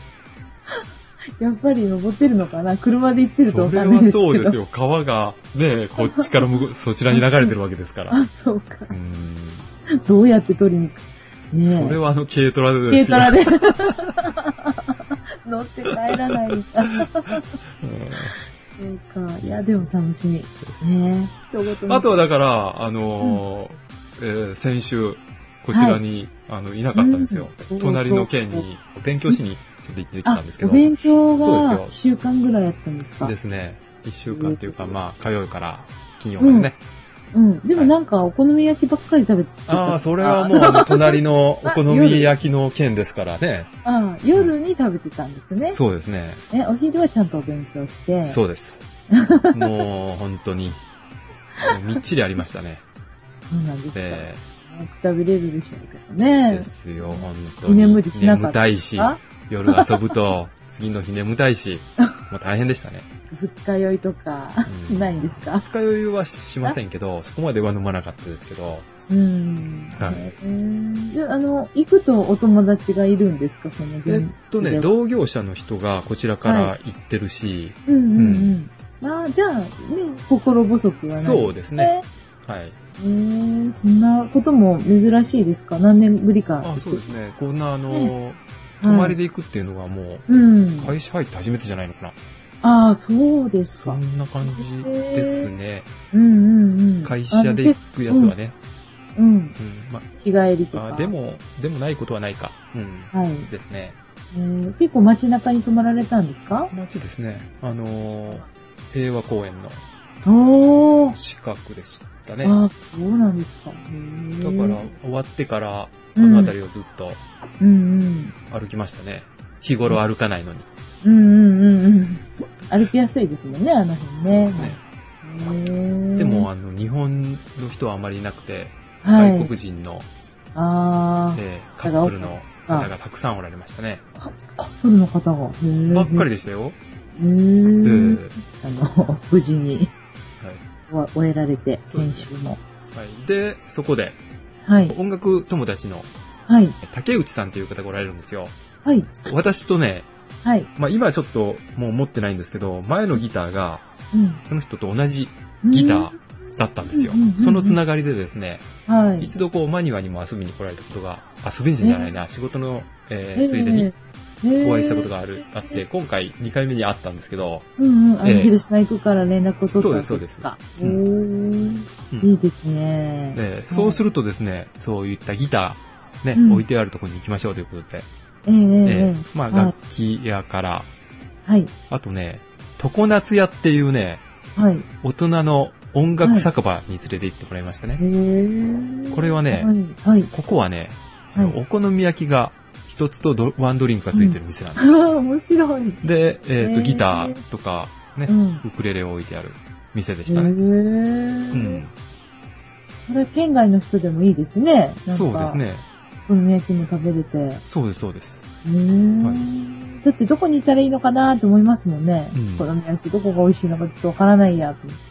Speaker 2: っぱり登ってるのかな車で行ってると
Speaker 1: そ
Speaker 2: わか
Speaker 1: れ
Speaker 2: んない
Speaker 1: は
Speaker 2: ですけど。
Speaker 1: そうですよ。川が、ね、こっちから向こうそちらに流れてるわけですから。
Speaker 2: あ、そうか。
Speaker 1: うん。
Speaker 2: どうやって取りに行くねえ。
Speaker 1: それはあの、軽トラでで
Speaker 2: 軽
Speaker 1: す
Speaker 2: ト
Speaker 1: よ。
Speaker 2: ラで。乗って帰らないんだ。
Speaker 1: うん
Speaker 2: そうか。いや、でも楽しみ。ね
Speaker 1: そうです
Speaker 2: え。人ごとに
Speaker 1: あとはだから、あのーえー先週、ここちらに、あの、いなかったんですよ
Speaker 2: うん。
Speaker 1: 隣の県に、勉強しにちょっと行ってきた
Speaker 2: あ
Speaker 1: んです、け
Speaker 2: お
Speaker 1: ど、
Speaker 2: 勉強
Speaker 1: そう
Speaker 2: が
Speaker 1: です
Speaker 2: 週間ぐらいやったんですか
Speaker 1: ですね、一週間っていうか、まあ、火曜から金曜までね。
Speaker 2: うん。でもなんかお好み焼きばっかり食べてた。
Speaker 1: ああ、それはもう、あの、隣のお好み焼きの県ですからね。
Speaker 2: あー夜に食べてたんですね。
Speaker 1: そうですね。
Speaker 2: え、お昼はちゃんとお勉強して。
Speaker 1: そうです。 もう、本当に。もうみっちりありました ね。
Speaker 2: そうなんですか。
Speaker 1: え
Speaker 2: よく食べれるでしょうけど
Speaker 1: ー、
Speaker 2: ね
Speaker 1: で。すよ、本当
Speaker 2: 居
Speaker 1: に。
Speaker 2: 眠りしなか
Speaker 1: 眠
Speaker 2: った
Speaker 1: た
Speaker 2: で
Speaker 1: い
Speaker 2: す
Speaker 1: し、
Speaker 2: か
Speaker 1: 夜遊ぶ と、次の日眠たいし、もう大変でしたね。
Speaker 2: 二日酔いとか、
Speaker 1: うん
Speaker 2: しないんですか
Speaker 1: 二日酔いはしませんけど、そこまでは飲まなかったですけど、
Speaker 2: うん。
Speaker 1: はい
Speaker 2: へーで、あの、行くとお友達がいるんですかその現地
Speaker 1: え
Speaker 2: で
Speaker 1: っとね、同業者の人がこちらから行ってるし、
Speaker 2: うんうんうん。ああ、じゃあ、ね、心細くはない。
Speaker 1: そうですね。はい。
Speaker 2: えー、そんなことも珍しいですか何年ぶりか。。
Speaker 1: あ、そうですすね。こんな、あの、泊
Speaker 2: はい
Speaker 1: まりで行くっていうのはも
Speaker 2: うん
Speaker 1: う、。会社入って初めてじゃないのかな。
Speaker 2: ああ、そうです
Speaker 1: そ
Speaker 2: か。
Speaker 1: んな感じですね。
Speaker 2: うんうんうん。
Speaker 1: 会社で行くやつはね。
Speaker 2: あの。うん。
Speaker 1: うん。ま
Speaker 2: 日帰りと
Speaker 1: あ、
Speaker 2: か。
Speaker 1: あで。も、でもないことはないか。うん。
Speaker 2: はい。
Speaker 1: ですね。
Speaker 2: えー結構街中に泊まられたんですか
Speaker 1: 街ですね。あのー、平和公園の
Speaker 2: おー。
Speaker 1: 近くでしたね。
Speaker 2: ああ、そうなんですか。だ
Speaker 1: だ
Speaker 2: か
Speaker 1: から、終わってから、あ
Speaker 2: うん
Speaker 1: の辺りをずっと
Speaker 2: うんうん。
Speaker 1: 歩きましたね。日頃歩かないのに。
Speaker 2: うんうんうんうん。歩きやすいですもんね、あの辺
Speaker 1: そうで
Speaker 2: ね。
Speaker 1: すね。
Speaker 2: ね
Speaker 1: でも、、あの、日本の人はあまりいなくて、
Speaker 2: はい、
Speaker 1: 外国人の、
Speaker 2: あー
Speaker 1: えーカップルの方がたくさんおられましたね。
Speaker 2: カップルの方が。
Speaker 1: ばっかり
Speaker 2: で。
Speaker 1: でしたよ。
Speaker 2: うー
Speaker 1: え
Speaker 2: ん。
Speaker 1: ー
Speaker 2: あの、無事に
Speaker 1: はい
Speaker 2: 終終えられて、
Speaker 1: そうで
Speaker 2: 先
Speaker 1: すね
Speaker 2: 週も。
Speaker 1: はい、で、そこで、
Speaker 2: はい。
Speaker 1: 音楽友達の
Speaker 2: はい。
Speaker 1: 竹内さんという方がおられるんですよ。
Speaker 2: はい。
Speaker 1: 私とね、
Speaker 2: はい。
Speaker 1: まあ、今はちょっともう持ってないんですけど、前のギターが
Speaker 2: うん
Speaker 1: その人と同じギターだったんですよ
Speaker 2: うんうんうんう。ん
Speaker 1: そのつながりでですね、
Speaker 2: はい。
Speaker 1: 一度こうマニュアにも遊びに来られたことが、遊びにじゃないな、仕事の、えーついでにお会いしたことがある、あって、今回2回目に会ったんですけど、
Speaker 2: うんうん。あ
Speaker 1: え
Speaker 2: の、
Speaker 1: え
Speaker 2: 広島行くから連絡を取ったんか
Speaker 1: そうですそう
Speaker 2: おー。
Speaker 1: うん
Speaker 2: いいですね。
Speaker 1: でそうするとですね、そういったギター、ね、
Speaker 2: うん
Speaker 1: 置いてあるところに行きましょうということで、
Speaker 2: えええ
Speaker 1: え
Speaker 2: ええ
Speaker 1: ーまあ
Speaker 2: はい
Speaker 1: 楽器屋から、
Speaker 2: え。はい。
Speaker 1: あとね、常夏屋っていうね、
Speaker 2: はい。
Speaker 1: 大人の音楽酒場に連れて行ってもらいましたね。
Speaker 2: へ
Speaker 1: これはね
Speaker 2: はい。 はい。
Speaker 1: ここはね、
Speaker 2: はい
Speaker 1: お好み焼きが一つとドワンドリンクがついてる店なんで
Speaker 2: あ
Speaker 1: す。
Speaker 2: あ、面白い。
Speaker 1: で、えっ、
Speaker 2: へ
Speaker 1: と、
Speaker 2: ー
Speaker 1: ギターとか、ね、
Speaker 2: うん。
Speaker 1: ウクレレを置いてある店で
Speaker 2: へ
Speaker 1: したね。う
Speaker 2: ー
Speaker 1: ん。
Speaker 2: それ県外の人でもいいですね。なんか
Speaker 1: そうです。ね。
Speaker 2: お好み焼きも食べれて。へ
Speaker 1: そうです、そうです。
Speaker 2: ー
Speaker 1: は
Speaker 2: だってどこにいたらいいのかなと思いますもんね。
Speaker 1: うん
Speaker 2: お好み焼きどこが美味しいのかちょっとわからないやと思って。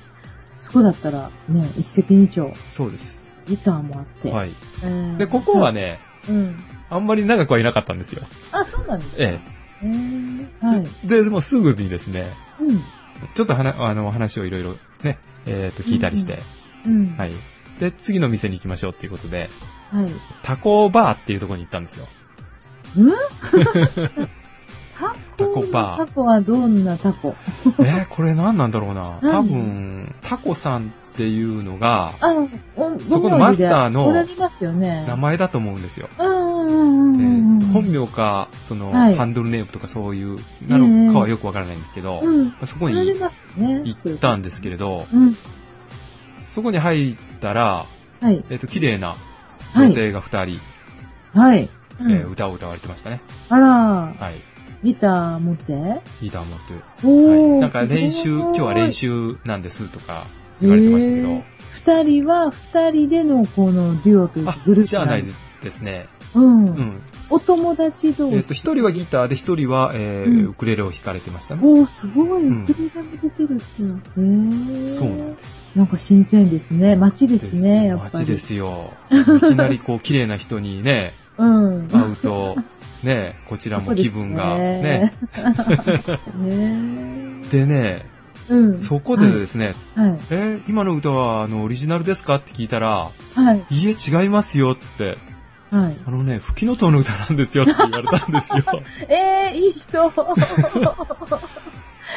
Speaker 2: そこだったら、ね、一石二鳥。
Speaker 1: そうです。
Speaker 2: ギターもあって。
Speaker 1: はい。
Speaker 2: うん
Speaker 1: で、ここは、ね、
Speaker 2: うん。
Speaker 1: あんまり長くはいなかったんですよ。
Speaker 2: あ、そうなんですか。
Speaker 1: え
Speaker 2: へーはい。
Speaker 1: え。で、でもすぐにですね、
Speaker 2: うん。
Speaker 1: ちょっとはなあの話をいろいろね、えっ、と、聞いたりして、
Speaker 2: うん。。
Speaker 1: はいい。で、次の店に行きましょうっていうことで、
Speaker 2: はい。
Speaker 1: タコバーっていうところに行ったん ですよ。
Speaker 2: んタコ
Speaker 1: タコバー
Speaker 2: タコはどんなタコ
Speaker 1: えーこれ何なんだろうな。多
Speaker 2: 何
Speaker 1: 分、タコさんっていうのが、
Speaker 2: あ、お
Speaker 1: そこのマスターの
Speaker 2: おられますよね。
Speaker 1: 名前だと思うんですよ。
Speaker 2: うんうんうん
Speaker 1: で
Speaker 2: うんうん。
Speaker 1: 本名か、その、
Speaker 2: はい
Speaker 1: ハンドルネームとかそういう、なのかはよくわからないんですけど、
Speaker 2: うん。
Speaker 1: まあそこ
Speaker 2: おられ
Speaker 1: に
Speaker 2: ますね。
Speaker 1: 行ったんですけれど、
Speaker 2: うん。
Speaker 1: そこに入ったら、
Speaker 2: はい。
Speaker 1: えっ、と、綺麗な
Speaker 2: は
Speaker 1: 女
Speaker 2: い。
Speaker 1: 性が二人、
Speaker 2: はい。うん
Speaker 1: えー歌を歌われてましたね。
Speaker 2: あら、
Speaker 1: はい。
Speaker 2: ギター持って
Speaker 1: ギター持って。
Speaker 2: お
Speaker 1: は
Speaker 2: ー。
Speaker 1: い。なんか練習、今日は練
Speaker 2: 習。
Speaker 1: 習なんですとか言われてましたけ
Speaker 2: へ
Speaker 1: ど
Speaker 2: ー、二人は二人でのこのデュオという
Speaker 1: あ
Speaker 2: か、グループ
Speaker 1: じゃあない
Speaker 2: で。
Speaker 1: ですね。
Speaker 2: うん。
Speaker 1: うん。
Speaker 2: お友達同士。
Speaker 1: えっと、一人はギターで、一人は、えー
Speaker 2: うん
Speaker 1: ウクレレを弾かれてましたね。
Speaker 2: おー、すごい。
Speaker 1: うん
Speaker 2: ウクレレも出てるっていうの。へー。
Speaker 1: そうなんです。
Speaker 2: なんか新鮮ですね。街ですね、やっぱり。
Speaker 1: 街です よ。いきなりこう、綺麗な人にね、
Speaker 2: うん。
Speaker 1: 会うと、ね、こちらも気分がね。
Speaker 2: そうですね。ね
Speaker 1: でね、
Speaker 2: うん。
Speaker 1: そこでですね、
Speaker 2: はい。
Speaker 1: えー今の歌はあのオリジナルですかって聞いたら、
Speaker 2: はい。
Speaker 1: いいえ、違いますよって、
Speaker 2: はい。
Speaker 1: あのね、吹きの塔の歌なんですよって言われたんですよ。
Speaker 2: えー、いい人ちょ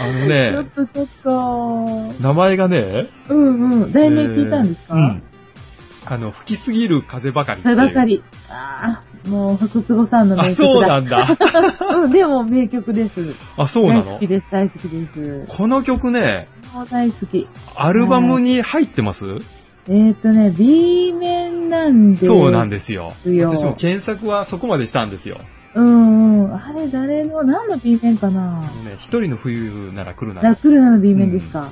Speaker 1: あの
Speaker 2: っ
Speaker 1: ね、
Speaker 2: とちょっと。
Speaker 1: 名前がね、
Speaker 2: うんうん。題名聞いたんですか、
Speaker 1: えーうんあの、吹きすぎる風ばかりってい
Speaker 2: 風
Speaker 1: う。
Speaker 2: ばかり。ああ、もう、福坪さんの
Speaker 1: あ、
Speaker 2: 名曲だ。
Speaker 1: そうなんだ。
Speaker 2: うん、でも名曲です。
Speaker 1: あ、そうな
Speaker 2: 大好
Speaker 1: の
Speaker 2: きです、大好きです。
Speaker 1: この曲ね、
Speaker 2: もう大好き。
Speaker 1: アルバムに入ってます
Speaker 2: えー、とね、B 面なんで。
Speaker 1: そうなん
Speaker 2: で
Speaker 1: ですよ。
Speaker 2: すよ
Speaker 1: 私も検索はそこまでしたんですよ。
Speaker 2: す。うんうん。あれ、誰の、何の B 面かな
Speaker 1: ね、一人の冬なら来るな
Speaker 2: ラ
Speaker 1: ら
Speaker 2: クルナの B 面ですか。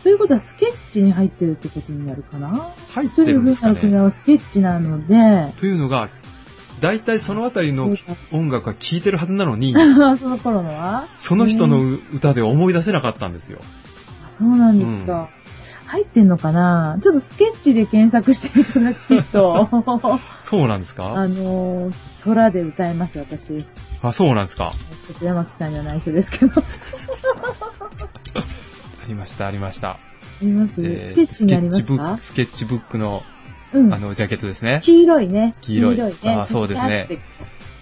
Speaker 2: ということは、スケッチに入ってるってことになるかな
Speaker 1: 入って
Speaker 2: 一人
Speaker 1: る
Speaker 2: の
Speaker 1: んで
Speaker 2: 文
Speaker 1: す
Speaker 2: 化
Speaker 1: か
Speaker 2: の組み
Speaker 1: ね。
Speaker 2: 合わせはスケッチなので、
Speaker 1: というのが、大体そのあたりの音楽は聴いてるはずなのに、
Speaker 2: その頃のは
Speaker 1: その人
Speaker 2: ね
Speaker 1: の歌で思い出せなかったんですよ。
Speaker 2: あそうなんですか。入ってんのかなちょっとスケッチで検索してみただきっ と、
Speaker 1: そうなんですか
Speaker 2: あのー、空で歌います、私。ち
Speaker 1: あ、そうなんですか。
Speaker 2: ょっと山木さんには内緒ですけど。
Speaker 1: ありました、ありました。
Speaker 2: あります、
Speaker 1: えー
Speaker 2: スケッチになりま
Speaker 1: スケッチ
Speaker 2: す
Speaker 1: ブック、スケッチブ
Speaker 2: か
Speaker 1: ックの、
Speaker 2: うん。
Speaker 1: あの、ジャケットですね。
Speaker 2: 黄色いね。
Speaker 1: 黄色い
Speaker 2: ね。
Speaker 1: あーそうですね
Speaker 2: ピシ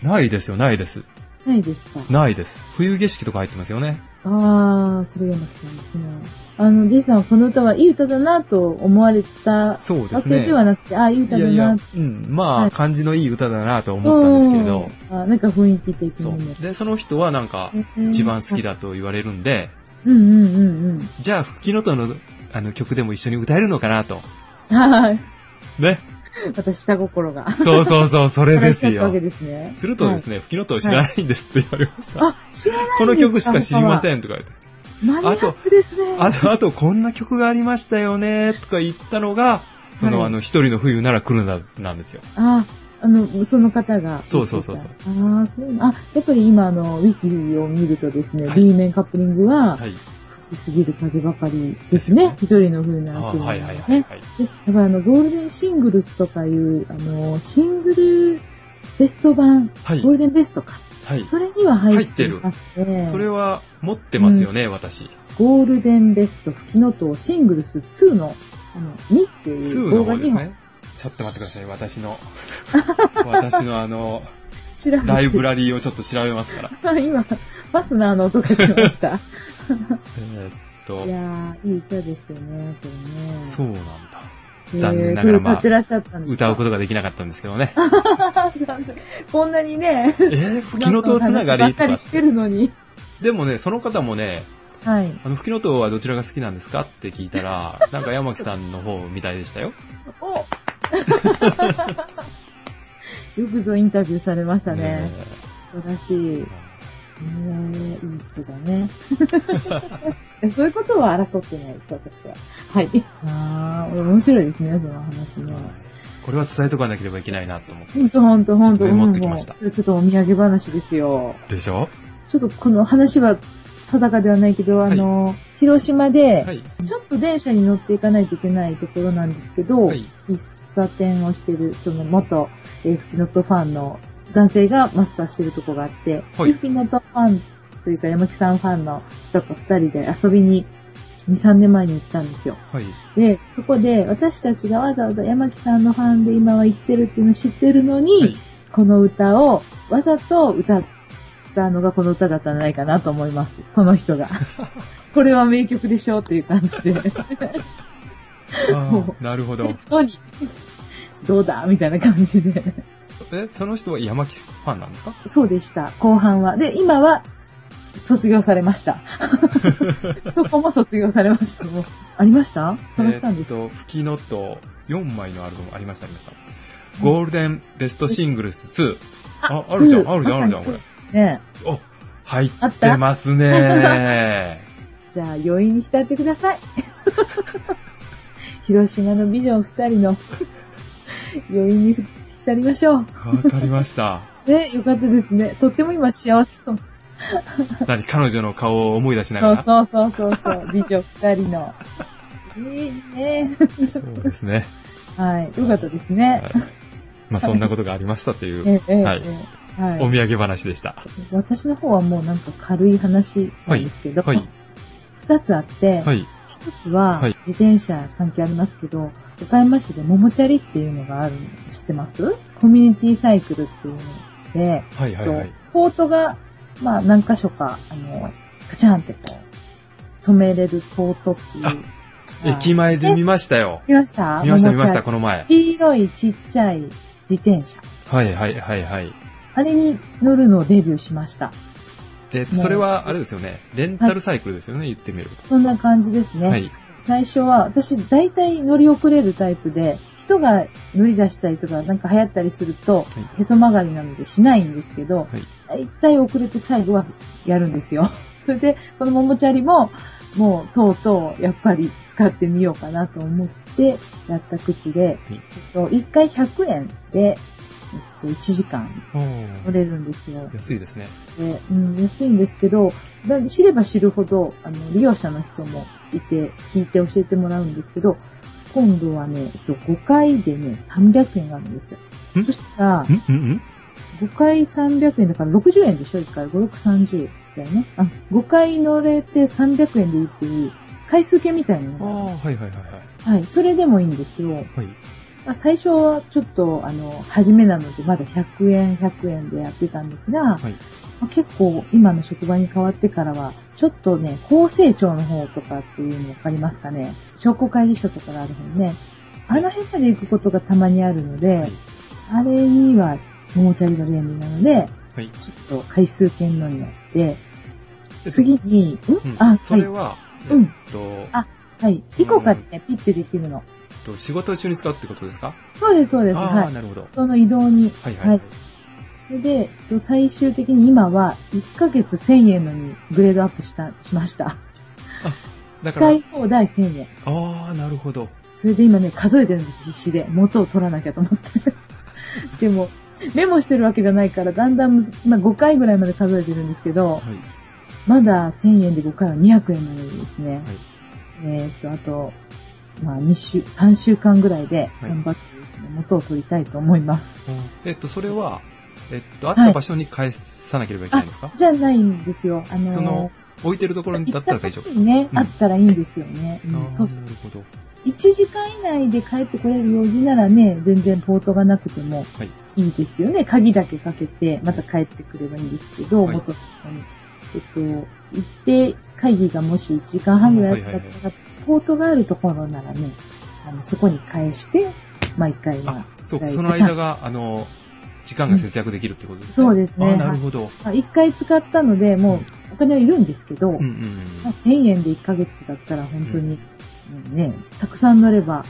Speaker 2: ャ
Speaker 1: ないですよ、ないです。
Speaker 2: ってないですか。
Speaker 1: ないです。冬景色とか入ってますよね。
Speaker 2: あー、これ山木さんですね。あの、D さんはこの歌はいい歌だなと思われた
Speaker 1: そうで
Speaker 2: わ
Speaker 1: す
Speaker 2: け
Speaker 1: ね
Speaker 2: で。はなくて、あー、いい
Speaker 1: いや
Speaker 2: 歌だ
Speaker 1: いや
Speaker 2: な、
Speaker 1: うん、ま
Speaker 2: は
Speaker 1: あ、
Speaker 2: い
Speaker 1: 感じのいい歌だなと
Speaker 2: と
Speaker 1: 思ったんですけれど、
Speaker 2: あーなんか雰囲気的
Speaker 1: そ
Speaker 2: にも
Speaker 1: う。。で、その人はなんか、一番好き。だと言われるんで、
Speaker 2: うんうんうんうん。
Speaker 1: じゃあ、吹きのとの、あの、曲でも一緒に歌えるのかなと。
Speaker 2: はい。
Speaker 1: ね。
Speaker 2: 私、下心が。
Speaker 1: そうそう そう、それです
Speaker 2: わ
Speaker 1: よ
Speaker 2: け。ですね。
Speaker 1: するとです
Speaker 2: ね。
Speaker 1: ね、吹きのとを知らないんですって言われました。
Speaker 2: あ、知らないんです
Speaker 1: この曲しか知りま
Speaker 2: ん。
Speaker 1: せんとか言って。
Speaker 2: マニアックですね。
Speaker 1: あと、あと、こんな曲がありましたよね、とか言ったのが、その、
Speaker 2: はい
Speaker 1: あの、一人の冬なら来るな、なんですよ。
Speaker 2: あ、あの、その方が。
Speaker 1: そうそうそうそう
Speaker 2: ああ、そうなあ、やっぱり今、あの、ウィキを見るとですね、
Speaker 1: はい
Speaker 2: B 面カップリングは、
Speaker 1: はい。
Speaker 2: 吹きすぎる風ばかりですね。一人の風な
Speaker 1: あ
Speaker 2: ら
Speaker 1: はいはいはい、
Speaker 2: ね。
Speaker 1: はい。
Speaker 2: で、やっぱあの、ゴールデンシングルスとかいう、あの、シングルベスト版、
Speaker 1: はい
Speaker 2: ゴールデンベストか。
Speaker 1: はい。
Speaker 2: それには入ってますね。
Speaker 1: それは持ってますよね、私。
Speaker 2: ゴールデンベスト、吹きのとシングルス2の、あの、2ってい
Speaker 1: 数
Speaker 2: う
Speaker 1: の
Speaker 2: 動画
Speaker 1: 方で
Speaker 2: に
Speaker 1: す
Speaker 2: も
Speaker 1: ね。ちょっと待ってください、私の。私のあの、
Speaker 2: 調べて
Speaker 1: ライブラリーをちょっと調べますから。
Speaker 2: 今、ファスナーの音がしました。
Speaker 1: えーっ
Speaker 2: い
Speaker 1: と、
Speaker 2: やー、いい歌ですよね、これね。。
Speaker 1: そううなんだ。残念ながらまあ
Speaker 2: 歌ってらっしゃったんです。
Speaker 1: 歌うこととができなかったんですけどね。
Speaker 2: こんなにね
Speaker 1: え、ー、吹きの塔つなが
Speaker 2: ば
Speaker 1: り
Speaker 2: っ
Speaker 1: と
Speaker 2: か
Speaker 1: か
Speaker 2: り
Speaker 1: っ
Speaker 2: して
Speaker 1: て。
Speaker 2: るのに。
Speaker 1: でもね、その方もね、
Speaker 2: はい。
Speaker 1: あの、吹きの塔はどちらが好きなんですかって聞いた ら、なんか山木さんの方みたいでしたよ。
Speaker 2: お よくぞインタビューされましたね。
Speaker 1: ね
Speaker 2: 素晴らしい。ね
Speaker 1: え
Speaker 2: え、いい人だ ね。そういうことは争ってないです、私は。はい。あー、面白いですね、その話ね。
Speaker 1: これは伝えとかなければいけないなと思っ
Speaker 2: ほんとほんとほんと。
Speaker 1: ちょっとメモってきました
Speaker 2: うんもうちょっとお土産話ですよ。
Speaker 1: て。でしょ
Speaker 2: ちょっとこの話は定かではないけど、あの、広島で、
Speaker 1: はい。
Speaker 2: ちょっと電車に乗っていかないといけないところなんですけど、
Speaker 1: はい。
Speaker 2: 喫茶店をしてる、その元、えー、フキノトファンの男性がマスターしてるとこがあって、
Speaker 1: はい
Speaker 2: フキノトファンというか山木さんファンの人と二人で遊びに2、3年前に行ったんですよ。
Speaker 1: はい。
Speaker 2: で、そこで私たちがわざわざ山木さんのファンで今は行ってるっていうのを知ってるのに、
Speaker 1: はい
Speaker 2: この歌をわざと歌ったのがこの歌だったんじゃないかなと思います。その 人が。これは名曲でしょうっていう感じで。
Speaker 1: あーなる ほど。
Speaker 2: どうにどうだみたいな感じで。
Speaker 1: え、その人は山木ファンなんですか
Speaker 2: そうでした。後半は。で、今は、卒業されま した。そこも卒業されました。もうありました探したんです
Speaker 1: えーっと、吹きのと4枚のアルバムありました、ありました。ゴールデンベストシングルス2。あ、あるじゃん、あるじゃん、あるじゃん、これ。
Speaker 2: ね
Speaker 1: お、入ってますね
Speaker 2: じゃあ、余韻に浸ってください。 広島のビジョン二人の 余韻に浸りましょう。
Speaker 1: わかりました。
Speaker 2: ね、よかったですね。とっても今幸せそう。
Speaker 1: 何、彼女の顔を思い出しな
Speaker 2: そ
Speaker 1: が
Speaker 2: う
Speaker 1: ら。
Speaker 2: そうそうそうそう。 美女二人の。いいね。
Speaker 1: そうですね。
Speaker 2: はい。よかったですね
Speaker 1: はい。まあ、そんなことがありましたとい
Speaker 2: ええ
Speaker 1: う、
Speaker 2: ええ
Speaker 1: はい
Speaker 2: ええはい
Speaker 1: お土産話でした。
Speaker 2: 私の方はもうなんか軽い話なんですけど、二、
Speaker 1: はい。
Speaker 2: つあって、一、
Speaker 1: はい。
Speaker 2: つは
Speaker 1: はい
Speaker 2: 自転車関係ありますけど、岡山市で桃チャリっていうのがあるの知ってますコミュニティサイクルっていうので、
Speaker 1: はい、はい、はい。
Speaker 2: とポートが、まあ何箇所か、あの、カチャンってこう、止めれるポートっていう
Speaker 1: あ駅前で見ましたよ。
Speaker 2: 見ました
Speaker 1: 見ました、見ました、
Speaker 2: こ
Speaker 1: この前。
Speaker 2: 黄色いちっちゃい自転車。
Speaker 1: はい、はい、はい、はい。
Speaker 2: あれに乗るのをデビューしました。
Speaker 1: えっと、それは、あれですよね。レンタルサイクルですよね、言ってみる
Speaker 2: そんな感じです
Speaker 1: と。
Speaker 2: ね。
Speaker 1: はい。
Speaker 2: 最初は、私、大体乗り遅れるタイプで、人が乗り出したりとか、なんか流行ったりすると、
Speaker 1: はい
Speaker 2: へそ曲がりなのでしないんですけど、
Speaker 1: はい。
Speaker 2: 大体遅れて最後はやるんですよ。 それで、この桃チャリも、もう、とうとう、やっぱり使ってみようかなと思って、やった口で、
Speaker 1: はい
Speaker 2: えっと1回100円で、えっと1時間
Speaker 1: お
Speaker 2: 乗
Speaker 1: ー
Speaker 2: れるんですよ。
Speaker 1: 安いですね。
Speaker 2: でうん、安いんですけど、だ知れば知るほど、あの、利用者の人もいて、聞いて教えてもらうんですけど、今度はね、えっと5回でね、300円があるんですよ。
Speaker 1: ん
Speaker 2: そしたら
Speaker 1: ん、んん
Speaker 2: 5回300円だから60円でしょ ?1 回5、6、30だよね。あ、5回乗れて300円でいいっていう、回数券みたいな
Speaker 1: ああ、は
Speaker 2: の
Speaker 1: い、はい、はい、はい。
Speaker 2: が。はい。それでもいいんですよ。
Speaker 1: はい。
Speaker 2: まあ、最初はちょっと、あの、初めなので、まだ100円、100円でやってたんですが、
Speaker 1: はい。
Speaker 2: まあ結構今の職場に変わってからは、ちょっとね、高成長の方とかっていうの分かりますかね。商工会議所とかがある方ね。あの辺まで行くことがたまにあるので、
Speaker 1: はい。
Speaker 2: あれには、モーチャリが便利なので、
Speaker 1: はい。
Speaker 2: ちょっと回数券のになって、
Speaker 1: で
Speaker 2: 次に、ん、
Speaker 1: うん
Speaker 2: あ、
Speaker 1: それは、
Speaker 2: うん
Speaker 1: えっと、
Speaker 2: あはい。イコカってね、ピッてできるの。
Speaker 1: えっと仕事中に使うってことですか
Speaker 2: そうです、そうです。
Speaker 1: あ
Speaker 2: は
Speaker 1: あ、
Speaker 2: い。
Speaker 1: なるほど。
Speaker 2: その移動に。
Speaker 1: はい、はい。
Speaker 2: それで、えっと最終的に今は、1ヶ月1000円のにグレードアップした、しました。
Speaker 1: だから
Speaker 2: 使、い放題1000円。
Speaker 1: ああ、なるほど。
Speaker 2: それで今ね、数えてるんです、必死で。元を取らなきゃと思 って。でも、メモしてるわけじゃないから、だんだん、まあ5回ぐらいまで数えてるんですけど、
Speaker 1: はい。
Speaker 2: まだ1000円で5回は200円なのでですね。
Speaker 1: はい。
Speaker 2: えーっと、あと、まあ2週、3週間ぐらいで
Speaker 1: はい
Speaker 2: 頑張ってですね、元を取りたいと思います。
Speaker 1: えっと、それは、えっと、あった場所に返さなければいけないんですか、
Speaker 2: じゃないんですよ。あのー
Speaker 1: その、置いてるところだったら大丈
Speaker 2: 行
Speaker 1: 夫。
Speaker 2: 先にね、
Speaker 1: うん
Speaker 2: あったらいいんですよね。うん
Speaker 1: ああ、
Speaker 2: そう
Speaker 1: なるほど。
Speaker 2: 1時間以内で帰ってこれる用事ならね、全然ポートがなくても
Speaker 1: はい。
Speaker 2: いいですよね。鍵だけかけて、また帰ってくればいいんですけど、
Speaker 1: はい
Speaker 2: 元の人に。えっと、行って、会議がもし1時間半ぐらいだったら、
Speaker 1: はいはい
Speaker 2: ポートがあるところならね、あの、そこに返して、毎回は
Speaker 1: あ、、そうか、
Speaker 2: はい
Speaker 1: その間が、あの、時間が節約できるってことですね。
Speaker 2: そうですね
Speaker 1: あなるほど。
Speaker 2: まあ、1回使ったので、もうお金はいるんですけど、
Speaker 1: うんうんうん。
Speaker 2: まあ、1000円で1ヶ月だったら本当に、うんね、たくさん乗れば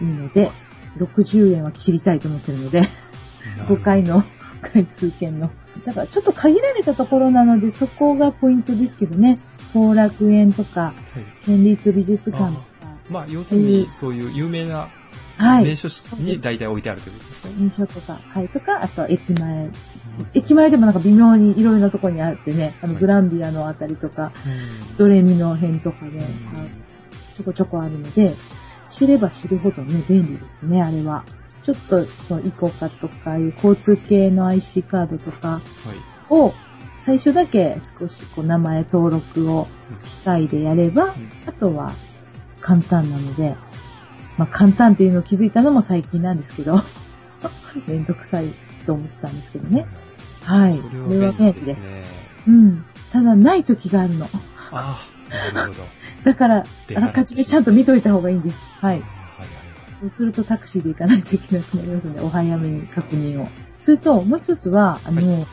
Speaker 2: いいので、60円は切りたいと思ってるので、5回
Speaker 1: の。
Speaker 2: の回数券の。だからちょっと限られたところなので、そこがポイントですけどね。後楽園とか、
Speaker 1: はい
Speaker 2: 県立美術館とか、
Speaker 1: まあ、要するに、そういう有名な
Speaker 2: はい。
Speaker 1: 名所に大体置いてあるということですね。
Speaker 2: 印象とか、会とか、あとは駅前。駅前でもなんか微妙にいろいろなところにあってね、あの
Speaker 1: はい
Speaker 2: グランビアのあたりとか、
Speaker 1: うん
Speaker 2: ドレミの辺とかね、
Speaker 1: うん
Speaker 2: はいちょこちょこあるので、知れば知るほどね、便利ですね、あれは。ちょっと、その、イコカとかいう交通系の IC カードとか
Speaker 1: はい。
Speaker 2: を、最初だけ少しこう名前登録を機械でやれば、あとは簡単なので、まあ簡単っていうのを気づいたのも最近なんですけど、 めんどくさいと思ってたんですけどね。はい。
Speaker 1: それ
Speaker 2: これ
Speaker 1: は
Speaker 2: は
Speaker 1: 便
Speaker 2: 便
Speaker 1: 利
Speaker 2: 利
Speaker 1: で
Speaker 2: ですす。
Speaker 1: ね。
Speaker 2: うん。ただない時があるの。
Speaker 1: ああ、なるほど。
Speaker 2: だから、
Speaker 1: 出
Speaker 2: あ
Speaker 1: 払ってしまう
Speaker 2: らかじめちゃんと見といた方がいいんです。は
Speaker 1: あ
Speaker 2: い。
Speaker 1: あはいはい
Speaker 2: そうするとタクシーで行かないといけなくなりますので、お早めに確認を。それと、もう一つは、あの、えー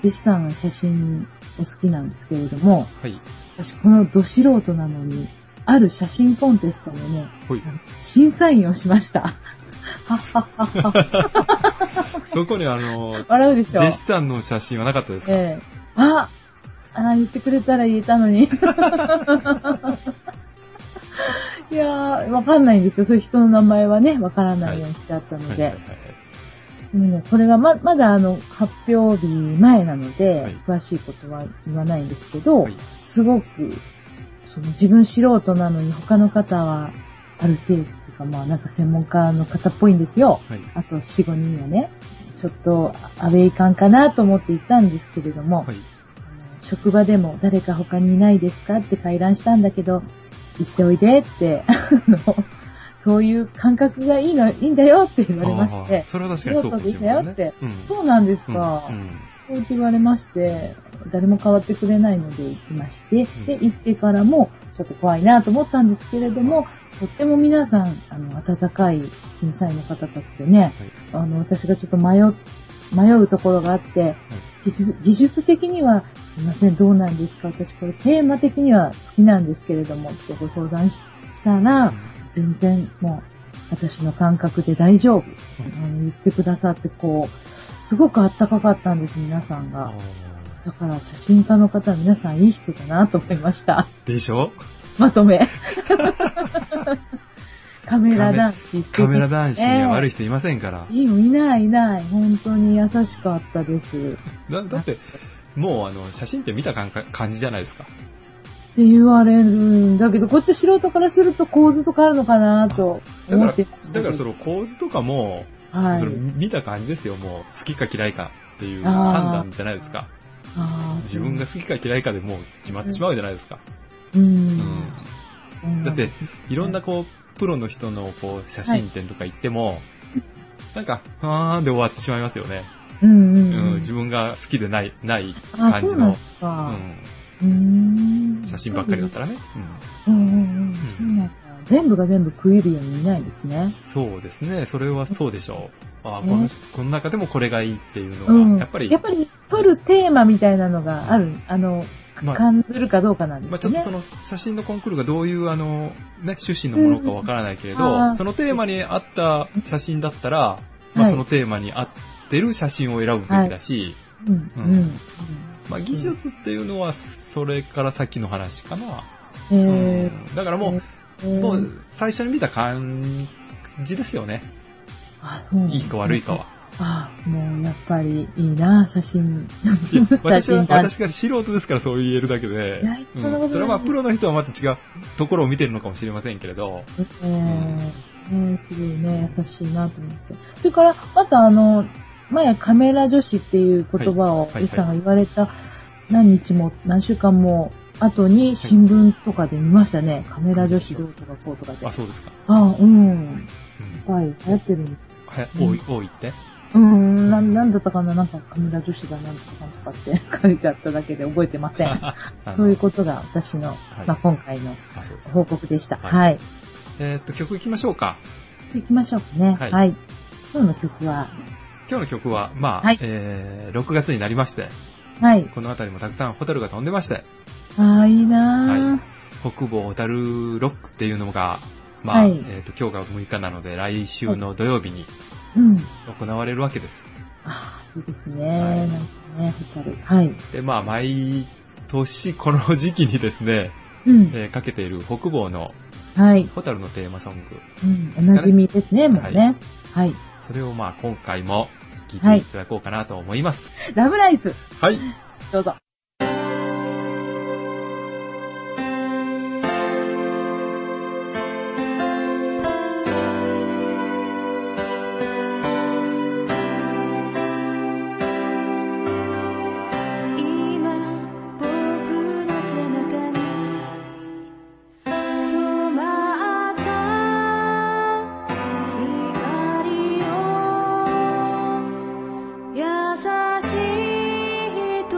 Speaker 2: 弟子さんが写真お好きなんですけれども、
Speaker 1: はい。はい。
Speaker 2: 私このど素人なのに、ある写真コンテストのね、
Speaker 1: ほい。
Speaker 2: 審査員をしました。 はっはっはっは。
Speaker 1: そこにあ の、
Speaker 2: 笑うでしょ
Speaker 1: 弟子さんの写真はなかったですか、
Speaker 2: ええああー言ってくれたら言えたのに。 いやー、わかんないんですよ。そういう人の名前はね、わからないようにしてあったので。
Speaker 1: はいはいはい
Speaker 2: でもねこれはま、まだあの、発表日前なので、
Speaker 1: はい
Speaker 2: 詳しいことは言わないんですけど、
Speaker 1: はい
Speaker 2: すごく、その自分素人なのに他の方は、ある程度というか、まあなんか専門家の方っぽいんですよ。
Speaker 1: はい。
Speaker 2: あと4、5人はね、ちょっとアウェイ感かなと思って行ったんですけれども、
Speaker 1: はい。はい。
Speaker 2: あの職場でも誰か他にいないですかって回覧したんだけど、行っておいでって、あのそういう感覚がいいの、いいんだよって言われまし
Speaker 1: あ
Speaker 2: て
Speaker 1: ー、それは確かにそうかもしれない、ね。
Speaker 2: 見事でした
Speaker 1: うん
Speaker 2: そうなんです
Speaker 1: うん
Speaker 2: か。
Speaker 1: うん
Speaker 2: そう言われまして、誰も変わってくれないので行きまして、で、
Speaker 1: う
Speaker 2: 行ってからも、ちょっと怖いなと思ったんですけれども、とっても皆さん、あの、温かい審査員の方たちでね、あの、私がちょっと迷う、迷うところがあって、技術技術的には、すいません、どうなんですか私これテーマ的には好きなんですけれども、ってご相談したら、全然もう、私の感覚で大丈夫。あの言ってくださって、こう、すごくあったかかったんです、皆さん
Speaker 1: あ
Speaker 2: が。
Speaker 1: ー
Speaker 2: だから、写真家の方は皆さんいい人だなと思いました。
Speaker 1: でしょ
Speaker 2: まと め。カメラ男子。
Speaker 1: カメラ男子には悪い
Speaker 2: い。
Speaker 1: 人いませんから。
Speaker 2: いいのいないいない。本当に優しかったです。
Speaker 1: だだって、もうあの、写真って見た感か感じじゃないですか。
Speaker 2: って言われるんだけど、こっち素人からすると構図とかあるのかなと
Speaker 1: だ
Speaker 2: 思
Speaker 1: から、
Speaker 2: って
Speaker 1: だからその構図とかも、
Speaker 2: はい
Speaker 1: その。見た感じですよ、もう好きか嫌いかっていう
Speaker 2: あー
Speaker 1: 判断じゃないですか。
Speaker 2: あー
Speaker 1: 自分が好きか嫌いかでもう決まってしまうじゃないですか。
Speaker 2: う
Speaker 1: うんん。だって、いろんなこう、プロの人のこう、写真展とか行っても、なんか、あーんで終わってしまいますよね。
Speaker 2: うんうん
Speaker 1: うん、
Speaker 2: うん。
Speaker 1: 自分が好きでない、ない
Speaker 2: あ、
Speaker 1: 感
Speaker 2: そ
Speaker 1: じ
Speaker 2: うなん
Speaker 1: の
Speaker 2: で、す
Speaker 1: う
Speaker 2: か。
Speaker 1: ん、
Speaker 2: うん
Speaker 1: 写真ばっかりだった
Speaker 2: ら。
Speaker 1: らね。
Speaker 2: うんうんうんそうなんだ。全部が全部食えるようにいないですね
Speaker 1: うん、。そうですね、それはそうでしょう。あーこの、
Speaker 2: ね
Speaker 1: この中でもこれがいいっていうのは、
Speaker 2: うん。
Speaker 1: やっぱり、
Speaker 2: やっぱり、撮るテーマみたいなのがある、あの、
Speaker 1: まあ
Speaker 2: 感じるかどうかなんですね。
Speaker 1: まあ、ちょっとその写真のコンクールがどういうあの、ね、趣旨のものかわからないけれど、
Speaker 2: うんあー
Speaker 1: そのテーマに合った写真だったら、まあ、
Speaker 2: はい
Speaker 1: そのテーマに合ってる写真を選ぶべきだし、
Speaker 2: うん、
Speaker 1: う
Speaker 2: うんん。うん
Speaker 1: まあ、技術っていうのはそれから先の話かな。
Speaker 2: え
Speaker 1: うんだからも
Speaker 2: ー、
Speaker 1: う、
Speaker 2: えー
Speaker 1: もう、最初に見た感じですよね。
Speaker 2: あ、そうなんですね
Speaker 1: いいか悪いか は。
Speaker 2: あ、もうやっぱりいいな、 写真。
Speaker 1: いや 私は、
Speaker 2: 男
Speaker 1: 私
Speaker 2: 子
Speaker 1: が素人ですからそう言えるだけで
Speaker 2: いやそんな
Speaker 1: う
Speaker 2: ことない、
Speaker 1: んそれはまあプロの人はまた違うところを見てるのかもしれませんけれど、
Speaker 2: えーねすごいね、優しいなと思って。それから、またあの、前カメラ女子っていう言葉を、
Speaker 1: はいはい
Speaker 2: リさんが言われた何日も、何週間も後に新聞とかで見ましたね。カメラ女子どうとかこうとかで。
Speaker 1: あ、
Speaker 2: あ
Speaker 1: そうですか。
Speaker 2: あ、うん。
Speaker 1: うん
Speaker 2: はい、流行ってるんです。
Speaker 1: は多い、多いって
Speaker 2: うん、な、なんだったかななんかカメラ女子だなんとかなんとかって書いてあっただけで覚えてま せん。そういうことが私の、
Speaker 1: はい
Speaker 2: まあ、今回の
Speaker 1: と。あそうです
Speaker 2: 報告でした。
Speaker 1: は
Speaker 2: はい。
Speaker 1: えーっと、曲いきましょうか。
Speaker 2: 行きましょうかね。
Speaker 1: はい
Speaker 2: はい。今日の曲は、
Speaker 1: 今日の曲は、まあ、
Speaker 2: はい
Speaker 1: えー、6月になりまして、
Speaker 2: はい。
Speaker 1: この辺りもたくさんホタルが飛んでまして、
Speaker 2: ああ、いいな
Speaker 1: 北部ホタルロックっていうのが、まあ、
Speaker 2: はい
Speaker 1: えーっと、今日が6日なので、来週の土曜日に
Speaker 2: ぁ。うん。
Speaker 1: 行われるわけです。
Speaker 2: ああ、いいです
Speaker 1: は
Speaker 2: ね。
Speaker 1: い
Speaker 2: なんかね、ホタル。はい。
Speaker 1: で、まあ、毎年この時期にですね、
Speaker 2: うん。
Speaker 1: えーかけている北部の
Speaker 2: はい。
Speaker 1: ホタルのテーマソング、
Speaker 2: うん。おなじみですね、もうね。はい。
Speaker 1: それをまあ、今回も聴いていただこうかなと思います。
Speaker 2: ラブライス
Speaker 1: はい。
Speaker 2: どうぞ。
Speaker 3: 今僕の背中に止まった光を優しい瞳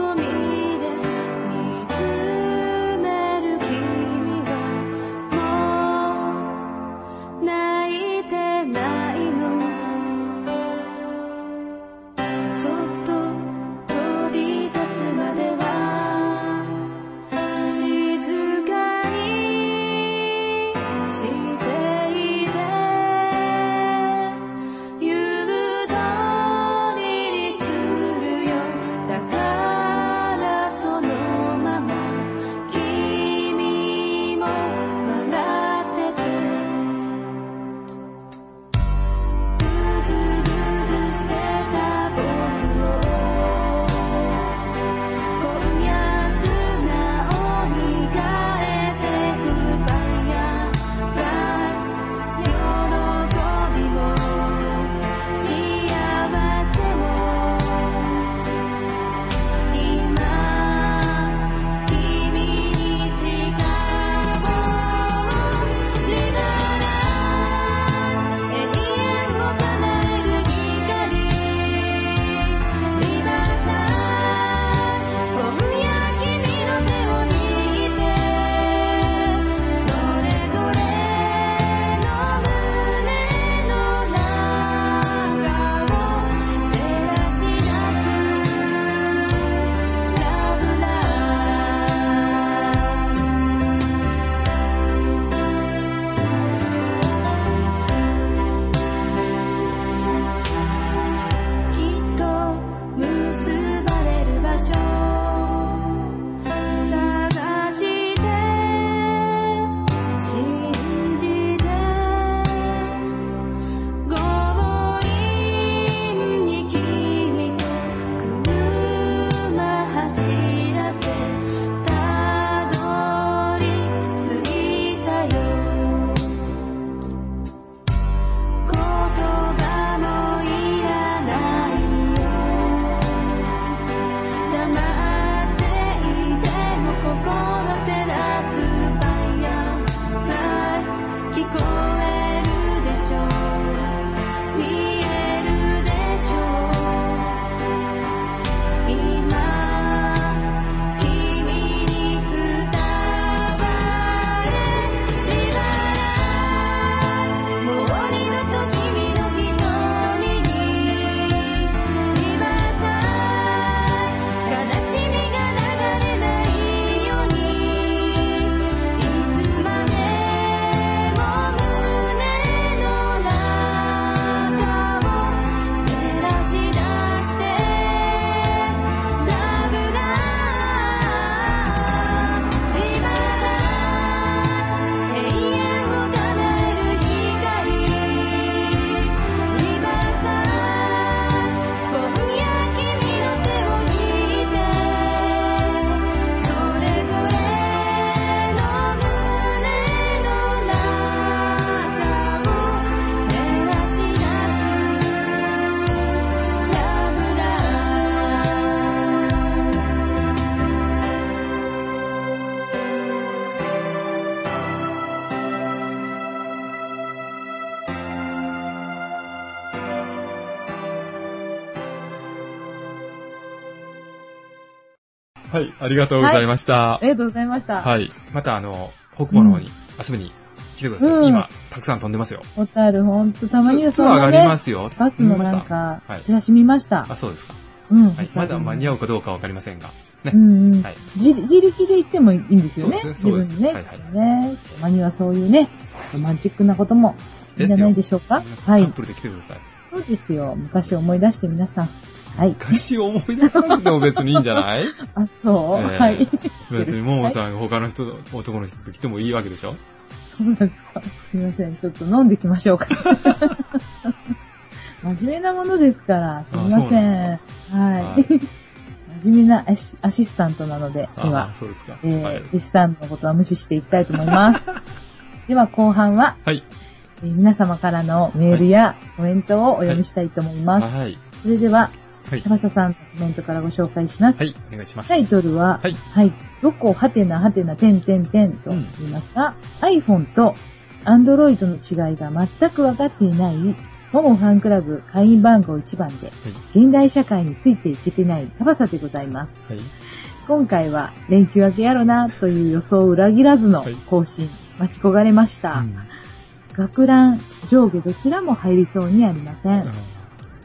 Speaker 1: はい、ありがとうございました
Speaker 2: あ。りがとうございました。
Speaker 1: はい。また、あの、北部の方に遊びに来てください。
Speaker 2: うん
Speaker 1: 今、たくさん飛んでますよ。
Speaker 2: 小樽、ほんと、たまには
Speaker 1: ツ
Speaker 2: そ
Speaker 1: ツアー
Speaker 2: の
Speaker 1: があ
Speaker 2: ね
Speaker 1: りますよ。
Speaker 2: バスの
Speaker 1: 見まし
Speaker 2: なん
Speaker 1: た。
Speaker 2: か
Speaker 1: はい、
Speaker 2: チラシ見ました。
Speaker 1: あ、そうですか。
Speaker 2: うん
Speaker 1: はい。まだ間に
Speaker 2: 合
Speaker 1: 合うかどうかわかりませんが。ね。
Speaker 2: うんうん
Speaker 1: はい。
Speaker 2: 自自力で行ってもいいんですよね。
Speaker 1: そうですね
Speaker 2: 自分でね。
Speaker 1: そうです
Speaker 2: ね。たまにはそういうね、ロマンチックなこともいいんじゃないでしょうか。
Speaker 1: 皆さん
Speaker 2: は
Speaker 1: カッ
Speaker 2: い。
Speaker 1: プルで来てください。
Speaker 2: そうですよ。昔を思い出して皆さん。はい。
Speaker 1: 昔を思い出さなくても別にいいんじゃ ない
Speaker 2: あ、そう、
Speaker 1: ええ
Speaker 2: はい。
Speaker 1: 別に、ももさんが他の人、男の人と来てもいいわけでしょ
Speaker 2: そうなんですか。すみません。ちょっと飲んできましょうか。 真面目なものですから、すみま
Speaker 1: あそう
Speaker 2: せん。
Speaker 1: なん
Speaker 2: はい。真面目なアシアシスタントなので、
Speaker 1: あ
Speaker 2: 今
Speaker 1: あ、、そうですか。
Speaker 2: えー
Speaker 1: はい。
Speaker 2: 弟子さんのことは無視していきたいと思 います。では後半は、
Speaker 1: はい。
Speaker 2: えー皆様からのメールやコメントをお読みしたいと思います。
Speaker 1: はい。
Speaker 2: それでは、
Speaker 1: はい。
Speaker 2: 山田さんのコメントからご紹介します。
Speaker 1: はい。お願いします。
Speaker 2: タイトルは、
Speaker 1: はい
Speaker 2: はい。ロコ、ハテナ、ハテナ、てんてんてんと
Speaker 1: うん
Speaker 2: 言いますが、iPhone と Android の違いが全く分かっていない、モモファンクラブ会員番号1番で、現代社会についていけてないタバサでございます。
Speaker 1: はい。
Speaker 2: 今回は連休明けやろなという予想を裏切らずの
Speaker 1: はい
Speaker 2: 更新、待ち焦がれました。
Speaker 1: うん
Speaker 2: 学ラン、上下どちらも入りそうにありませ
Speaker 1: あ
Speaker 2: ん。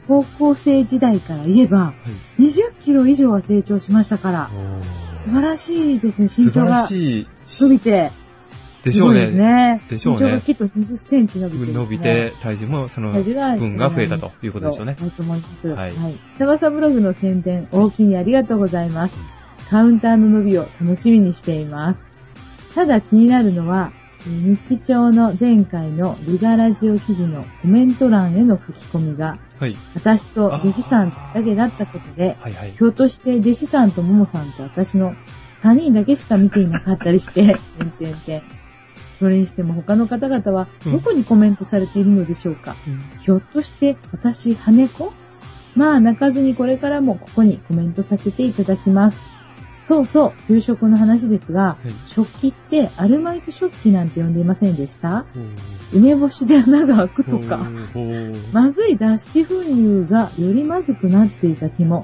Speaker 2: 高校生時代から言えば、20キロ以上は成長しましたから、素晴
Speaker 1: ーはい。
Speaker 2: らしいですね、
Speaker 1: おー
Speaker 2: 身長が
Speaker 1: 素晴ら
Speaker 2: 伸
Speaker 1: しい
Speaker 2: び。て。
Speaker 1: でしょう
Speaker 2: すごいです
Speaker 1: ね。
Speaker 2: ね。
Speaker 1: でしょうね
Speaker 2: 身長がきっと20センチ伸びてるんですね、
Speaker 1: 伸びて、体重もその分が増えたということでしょうね。
Speaker 2: そうだと思います。
Speaker 1: は
Speaker 2: はいい。サバサブログの宣伝、大きにありがとうございます。カウンターの伸びを楽しみにしています。ただ気になるのは、えー日記帳の前回のリガラジオ記事のコメント欄への書き込みが、
Speaker 1: はい。
Speaker 2: 私と弟子さんだけだったことで、
Speaker 1: はいはい
Speaker 2: ひ。ょっとして弟子さんとももさんと私の3人だけしか見ていなかったり して、点点点。それにしても他の方々はどこにコメントされているのでしょうか、ひょっとして私、羽子まあ泣かずにこれからもここにコメントさせていただきます。そうそう、給食の話ですが、
Speaker 1: はい
Speaker 2: 食器ってアルマイト食器なんて呼んでいませんでした
Speaker 1: ほ
Speaker 2: 梅干しで穴が開く
Speaker 1: う
Speaker 2: とか、
Speaker 1: ほううん
Speaker 2: まずい脱脂粉乳がよりまずくなっていた気も、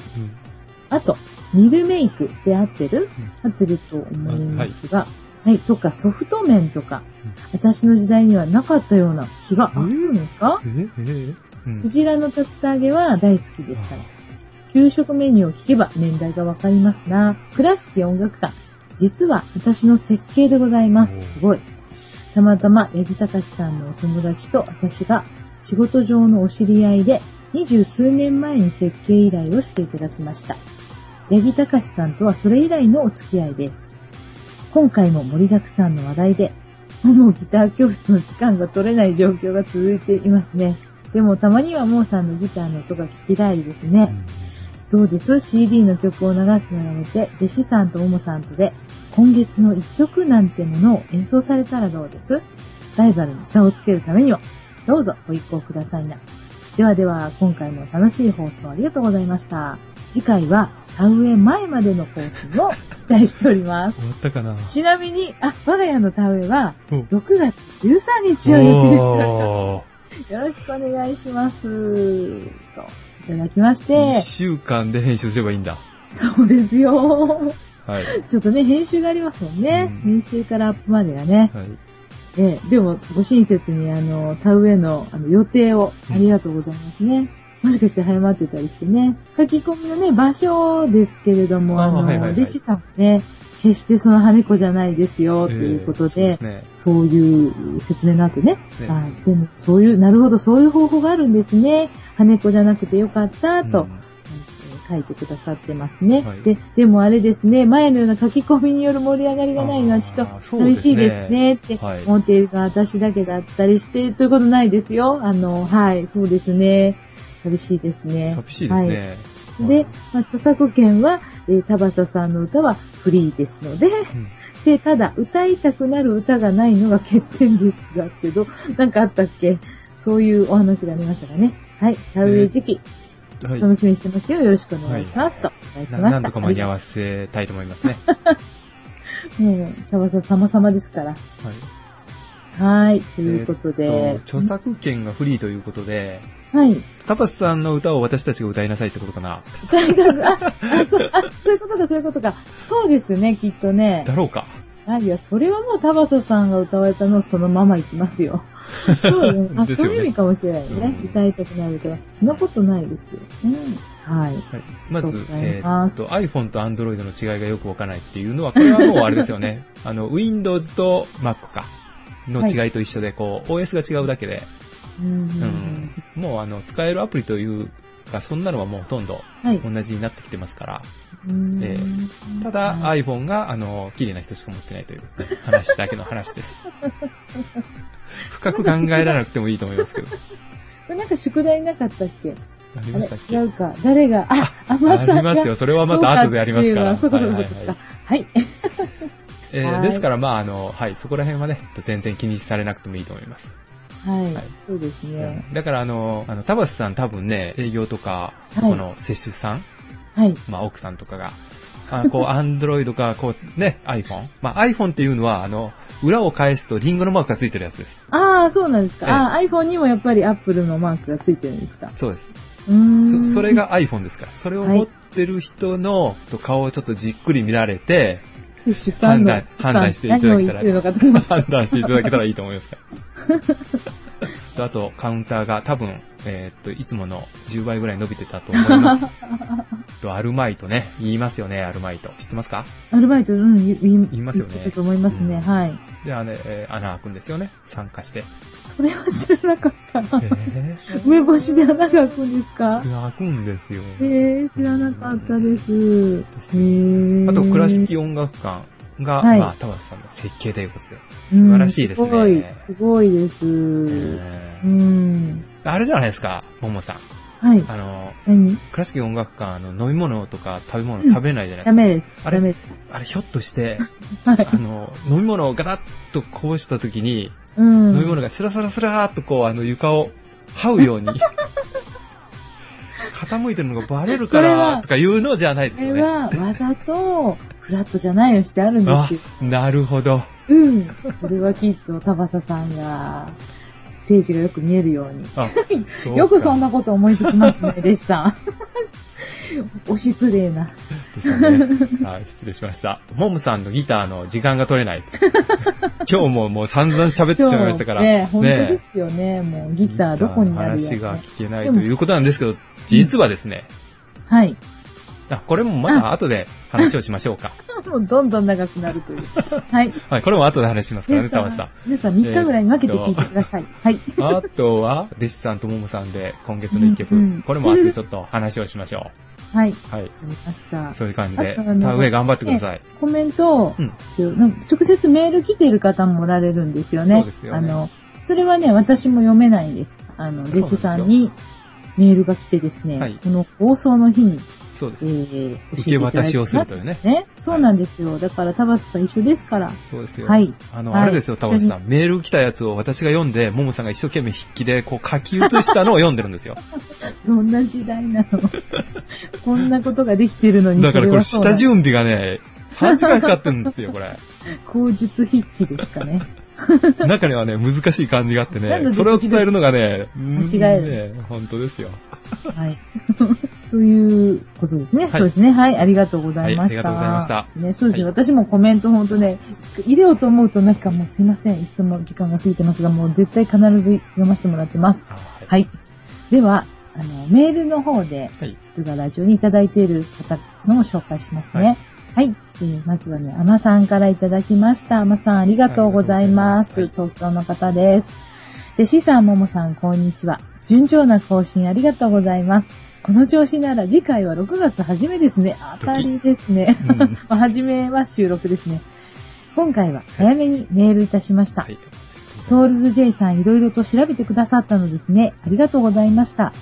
Speaker 2: あと、ミルメイクで合ってる合ってると思いますが、はい、とかソフト麺とか、私の時代にはなかったような気があるんですか、
Speaker 1: ええうん
Speaker 2: クジラの竜田揚げは大好きでした。給食メニューを聞けば年代がわかりますな。倉敷音楽館。実は私の設計でございます。すごい。たまたま八木隆さんのお友達と私が仕事上のお知り合いで二十数年前に設計依頼をしていただきました。八木隆さんとはそれ以来のお付き合いです。今回も盛りだくさんの話題で、もうギター教室の時間が取れない状況が続いていますね。でもたまにはもうさんのギターの音が聞きたいですね。どうです ?CD の曲を流すのやめて、弟子さんとももさんとで、今月の一曲なんてものを演奏されたらどうですライバルに差をつけるためにも、どうぞご一行くださいな。ではでは、今回も楽しい放送ありがとうございました。次回は、田植え前までの更新を 期待しております。
Speaker 1: 終わったかな
Speaker 2: ちなみに、あ、我が家の田植えは、
Speaker 1: うん
Speaker 2: 6月13日を予定しております。
Speaker 1: お
Speaker 2: よろしくお願いします。と、いただきまし
Speaker 1: ー
Speaker 2: て
Speaker 1: 一、週間で編集すればいいんだ。
Speaker 2: そうですよ。
Speaker 1: はい。
Speaker 2: ちょっとね、編集がありますもんね。
Speaker 1: う
Speaker 2: 編集からアップまでがね。
Speaker 1: はい。
Speaker 2: ええでも、ご親切に、あの、田植えのあの予定を
Speaker 1: うん
Speaker 2: ありがとうございますね。もしかして早まってたりしてね。書き込みのね、場所ですけれども、
Speaker 1: あ
Speaker 2: あの、
Speaker 1: はいはいはい
Speaker 2: 弟子さんもね、決してその羽子じゃないですよ、ということで、
Speaker 1: えーそうですね
Speaker 2: そういう説明の後ね。
Speaker 1: ね
Speaker 2: はい。でも、そういう、なるほど、そういう方法があるんですね。羽子じゃなくてよかった、と、
Speaker 1: うん
Speaker 2: 書いてくださってますね、
Speaker 1: はい
Speaker 2: で。でもあれですね、前のような書き込みによる盛り上がりがないのはちょっ
Speaker 1: あー
Speaker 2: と
Speaker 1: そうですね
Speaker 2: 寂しいですねって
Speaker 1: はい
Speaker 2: 思っているのは私だけだったりして、ということないですよ。あの、はい、そうですね。寂しいですね。
Speaker 1: 寂しいですね。
Speaker 2: はい。で、まあ、著作権は、えー田畑さんの歌はフリーですので、
Speaker 1: うん
Speaker 2: で、ただ、歌いたくなる歌がないのが欠点ですだけど、なんかあったっけそういうお話がありましたかね。はい、田植え時期、
Speaker 1: はい。
Speaker 2: 楽しみにしてますよ。よろしくお願いします。
Speaker 1: は
Speaker 2: と、お願いし
Speaker 1: な
Speaker 2: ました。
Speaker 1: なんとか間に合わせ たいと思いますね。
Speaker 2: もう、キャバさん様々ですから。
Speaker 1: はい。
Speaker 2: はい。ということ
Speaker 1: え
Speaker 2: で
Speaker 1: っと、。著作権がフリーということで、
Speaker 2: はい。
Speaker 1: タパスさんの歌を私たちが歌いなさいってことかな。
Speaker 2: 歌い方あ、あ、そうあそういうことか、そういうことか。そうですね、きっとね。
Speaker 1: だろうか。
Speaker 2: あ、いや、それはもう田畑さんが歌われたのをそのままいきま すよ。そうですね。あ、
Speaker 1: です
Speaker 2: そ
Speaker 1: よ
Speaker 2: う
Speaker 1: ね
Speaker 2: いう意味かもしれないね。
Speaker 1: うん
Speaker 2: 歌いたくなるけど、そんなことないですよね。は
Speaker 1: は
Speaker 2: い。
Speaker 1: い、まず
Speaker 2: そう、だね
Speaker 1: えーっと、iPhone と Android の違いがよくわからないっていうのは、これはもうあれですよ ね。あの、Windows と Mac か。の違いと一緒で、こう、OS が違うだけで、
Speaker 2: う
Speaker 1: うん
Speaker 2: ん。
Speaker 1: もうあの、使えるアプリというか、そんなのはもうほとんど
Speaker 2: はい。
Speaker 1: 同じになってきてますから、
Speaker 2: うん
Speaker 1: えただ、
Speaker 2: はい
Speaker 1: iPhone が、あの、綺麗な人しか持ってないという話だけの話 です。深く考えらなくてもいいと思いますけど。
Speaker 2: これなんか宿題なかったっけ
Speaker 1: あり
Speaker 2: あ
Speaker 1: ま
Speaker 2: れ
Speaker 1: したっけ
Speaker 2: 違うか。誰が、あ、あ、ま
Speaker 1: あ
Speaker 2: た。
Speaker 1: りますよ。それはまた後でやりますから。
Speaker 2: そういうのそ
Speaker 1: は
Speaker 2: ういう
Speaker 1: いはい
Speaker 2: こ
Speaker 1: は
Speaker 2: と
Speaker 1: い
Speaker 2: はい。
Speaker 1: えー
Speaker 2: はい
Speaker 1: ですから、まあ、あの、はい、そこら辺はね、全然気にされなくてもいいと思います。
Speaker 2: はい。
Speaker 1: はい
Speaker 2: そうですね。
Speaker 1: だから、あの、あの、田橋さん多分ね、営業とか、
Speaker 2: い
Speaker 1: そこの接種さん、
Speaker 2: はい。
Speaker 1: まあ、奥さんとかが、あこう、 アンドロイドか、こう、ね、iPhone。まあ、iPhone っていうのは、あの、裏を返すとリンゴのマークがついてるやつです。
Speaker 2: ああ、そうなんですか。
Speaker 1: ええ
Speaker 2: ああ、iPhone にもやっぱり Apple のマークがついてるんですか。
Speaker 1: そうです。
Speaker 2: うーん。
Speaker 1: そそれ。が iPhone ですから。それを持ってる人のと顔をちょっとじっくり見られて、
Speaker 2: 主産の
Speaker 1: 判断判断していただけたら
Speaker 2: 何を言ってるのかとか。
Speaker 1: 判断していただけたらいいと思います から。あと、カウンターが多分、えーっと、いつもの10倍ぐらい伸びてたと思います。と、アルマイトね、言いますよね、アルマイト。知ってますか
Speaker 2: アルバイト、うん、言い
Speaker 1: 言いますよね
Speaker 2: 言ってたと思いますね。
Speaker 1: うん
Speaker 2: はい。
Speaker 1: で、あの、えー穴開くんですよね、参加して。
Speaker 2: これは知らなかった。
Speaker 1: え
Speaker 2: 梅干しで穴が開くんですか
Speaker 1: ー、開くんですよ。
Speaker 2: えー、知らなかったです。へー
Speaker 1: あと、倉敷音楽館が、
Speaker 2: はい
Speaker 1: まあ、田畑さんの設計ということで。
Speaker 2: うん
Speaker 1: 素晴らしいですね
Speaker 2: すごい、すごいです。
Speaker 1: えー
Speaker 2: うん。
Speaker 1: あれじゃないですか、ももさん。
Speaker 2: はい。
Speaker 1: あの、
Speaker 2: 何
Speaker 1: 倉敷音楽館、あの、飲み物とか食べ物食べないじゃないですか
Speaker 2: ダ。メです。
Speaker 1: あれ
Speaker 2: ダメです。
Speaker 1: あれ、ひょっと して、
Speaker 2: はい
Speaker 1: あの、飲み物をガラッとこぼした時に、
Speaker 2: うん。
Speaker 1: 飲み物がスラスラスラーっとこう、あの、床を、這うよう に、傾いてるのがバレるか
Speaker 2: それは
Speaker 1: ら、とか言うのじゃないで
Speaker 2: こ
Speaker 1: すよ
Speaker 2: れ
Speaker 1: ね。
Speaker 2: は、わざと、フラットじゃないのしてあるんで
Speaker 1: あ
Speaker 2: すよ。、
Speaker 1: なるほど。
Speaker 2: うん。これはきっと、田畑さんが、ステージがよく見えるように。
Speaker 1: あ、そうか
Speaker 2: よくそんなこと思いつきま すね、でした。お失礼な。
Speaker 1: ですよね。はい、失礼しました。モムさんのギターの時間が取れ ない。今日ももう散々喋ってしまいましたから。
Speaker 2: ね、本当ですよね。もうギターどこにあるや
Speaker 1: ギターの話が
Speaker 2: つ
Speaker 1: 聞けないということなんですけど、実はですね、
Speaker 2: はい。
Speaker 1: あ、これもまだ後で話をしましょうか。
Speaker 2: もうどんどん長くなるという。はい。
Speaker 1: はい、これも後で話しますからね、たまさん。
Speaker 2: 皆さん3日ぐらいに分けて聴いてください。はい。
Speaker 1: あとは、弟子さんとももさんで今月の一曲、
Speaker 2: うんうん
Speaker 1: これも後でちょっと話をしましょ
Speaker 2: はい。わ
Speaker 1: う。はい。
Speaker 2: かりました。
Speaker 1: そういう感じで、
Speaker 2: あとあの
Speaker 1: 田植え頑張ってください。
Speaker 2: コメントを、
Speaker 1: うん。
Speaker 2: なんか直接メール来ている方もおられるんですよね。
Speaker 1: そうですよね
Speaker 2: あの、それはね、私も読めないんです。あ
Speaker 1: そうなん
Speaker 2: の、
Speaker 1: ですよ
Speaker 2: 弟子さんにメールが来てですね、
Speaker 1: はい
Speaker 2: この放送の日に、
Speaker 1: そうで
Speaker 2: え
Speaker 1: す。
Speaker 2: ー、
Speaker 1: 受け渡しをすると
Speaker 2: ね。
Speaker 1: いうね。
Speaker 2: ね、そうなんですよ。だから、田畑さん一緒ですから。
Speaker 1: そうですよ。
Speaker 2: はい
Speaker 1: あの、
Speaker 2: はい
Speaker 1: あれですよ、田畑さん。メール来たやつを私が読んで、ももさんが一生懸命筆記で、こう書き写したのを読んでるんですよ。
Speaker 2: どんな時代なの こんなことができてるのに。
Speaker 1: だからこれ
Speaker 2: そはそう
Speaker 1: 下
Speaker 2: だ
Speaker 1: 準備がね、3時間かかってるんですよ、こ れ。
Speaker 2: 口述筆記です かね。
Speaker 1: 中にはね、難しい漢字があって
Speaker 2: なん
Speaker 1: ね、
Speaker 2: で
Speaker 1: それを伝えるのがね、
Speaker 2: 間違える
Speaker 1: うんね、本当ですよ。
Speaker 2: はい。 ということですね。
Speaker 1: はい
Speaker 2: そうですね。はい。ありがとうございま
Speaker 1: はいあ
Speaker 2: した。
Speaker 1: りがとうございました
Speaker 2: ね、そうですね。
Speaker 1: はい
Speaker 2: 私もコメント本当ね、入れようと思うとなんかもうすいません。いつも時間が過ぎてますが、もう絶対必ず読ませてもらってます。
Speaker 1: は
Speaker 2: はい。では、あの、メールの方で、
Speaker 1: はい。
Speaker 2: ルガラジオにいただいている方のを紹介しますね。はい。えーまずはね、アマさんからいただきました。アマさんありがとうございます。
Speaker 1: ありが
Speaker 2: 東京の方です。で、シさん、ももさん、こんにちは。順調な更新ありがとうございます。この調子なら次回は6月初めですね。当たりですね。
Speaker 1: うん
Speaker 2: まあ初めは収録ですね。今回は早めにメールいたしました。
Speaker 1: はい。
Speaker 2: ソウルズ J さんいろいろと調べてくださったのですね。ありがとうございました。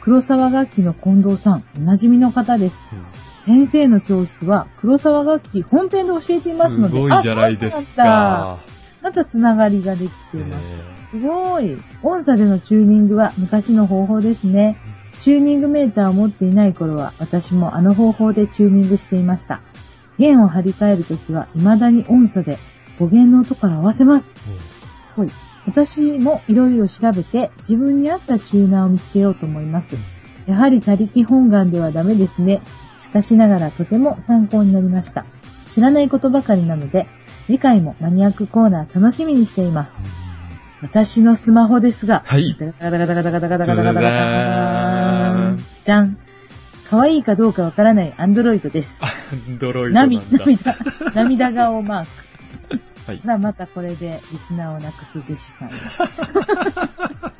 Speaker 2: 黒沢楽器の近藤さん、おなじみの方です。
Speaker 1: うん
Speaker 2: 先生の教室は黒沢楽器本店で教えていますので。
Speaker 1: ごいじゃないですか。
Speaker 2: あ。そうなんだまたつながりができています。
Speaker 1: え
Speaker 2: すごい。音差でのチューニングは昔の方法ですね。チューニングメーターを持っていない頃は私もあの方法でチューニングしていました。弦を張り替えるときは未だに音差で5弦の音から合わせます。
Speaker 1: ー
Speaker 2: はい。私もいろいろ調べて自分に合ったチューナーを見つけようと思います。やはり他力本願ではダメですね。しかしながらとても参考になりました。知らないことばかりなので、次回もマニアックコーナー楽しみにしています。私のスマホですが、
Speaker 1: はい
Speaker 2: ダカダカダカダカダカダカダカダ
Speaker 1: ダ
Speaker 2: カ
Speaker 1: ダーン
Speaker 2: じゃん。可愛いかどうかわからないアンドロイドです。
Speaker 1: ドロイドなん
Speaker 2: 涙、
Speaker 1: だ。
Speaker 2: 涙、涙顔マーク。
Speaker 1: はい
Speaker 2: ほ。ら、またこれでリスナーをなくす弟子さん が。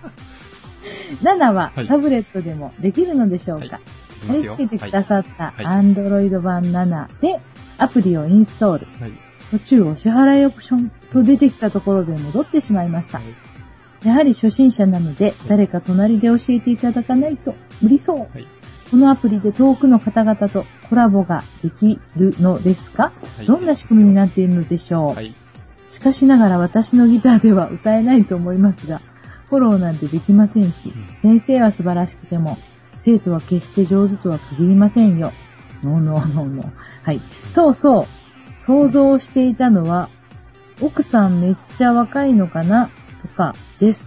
Speaker 2: 7は
Speaker 1: はい
Speaker 2: タブレットでもできるのでしょうか、
Speaker 1: いきますよ
Speaker 2: 取り付けてくださっ
Speaker 1: は
Speaker 2: た
Speaker 1: い
Speaker 2: Android 版7でアプリをインストール。
Speaker 1: はい。
Speaker 2: 途中お支払いオプションと出てきたところで戻ってしまいました。やはり初心者なので誰か隣で教えていただかないと無理そう。
Speaker 1: はい。
Speaker 2: このアプリで遠くの方々とコラボができるのですか、
Speaker 1: はい
Speaker 2: どんな仕組みになっているのでしょう、
Speaker 1: はい。
Speaker 2: しかしながら私のギターでは歌えないと思いますが、フォローなんてできませんし、先生は素晴らしくても、生徒は決して上手とは限りませんよ。ノーノーノーノー。はい。そうそう。想像していたのは、奥さんめっちゃ若いのかなとか、です。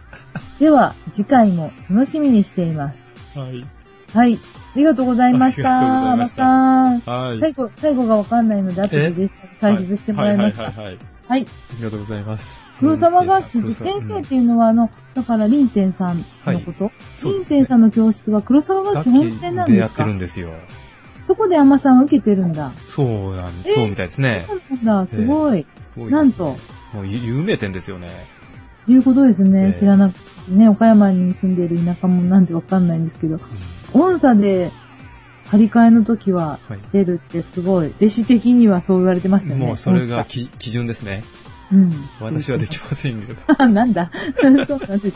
Speaker 2: では、次回も楽しみにしています。
Speaker 1: はい。
Speaker 2: はい。ありがとうございました。
Speaker 1: ありがとうございました
Speaker 2: また
Speaker 1: はい。
Speaker 2: 最後、最後がわかんないので、後でです。解説してもらいました。
Speaker 1: はいはいはいはい。あ
Speaker 2: はい
Speaker 1: りがとうございます。
Speaker 2: 黒沢が先
Speaker 1: 黒沢
Speaker 2: 生っていうのは、あの、だから、林天さんのこと、
Speaker 1: そうですね
Speaker 2: 林天さんの教室は黒沢
Speaker 1: う
Speaker 2: が
Speaker 1: ん
Speaker 2: 基本店なん
Speaker 1: で
Speaker 2: で
Speaker 1: やっ
Speaker 2: す
Speaker 1: て
Speaker 2: か
Speaker 1: るんですよ。
Speaker 2: そこで甘さんは受けてるんだ。
Speaker 1: そうなん、
Speaker 2: えー
Speaker 1: そうみたいですね
Speaker 2: そ。うなんだ、すごい。
Speaker 1: すごいですね
Speaker 2: なんと、
Speaker 1: もう有名店ですよね。
Speaker 2: いうことですね。
Speaker 1: ええ
Speaker 2: 知らなくてね、岡山に住んでる田舎もなんでわかんないんですけど、音差で張り替えの時は
Speaker 1: はい
Speaker 2: してるってすごい、弟子的にはそう言われてましたよね。
Speaker 1: もうそれ
Speaker 2: 音
Speaker 1: が
Speaker 2: 差、
Speaker 1: き基準ですね。
Speaker 2: うん。
Speaker 1: 私はできませんけ ど。
Speaker 2: あなんだ。そうなんです。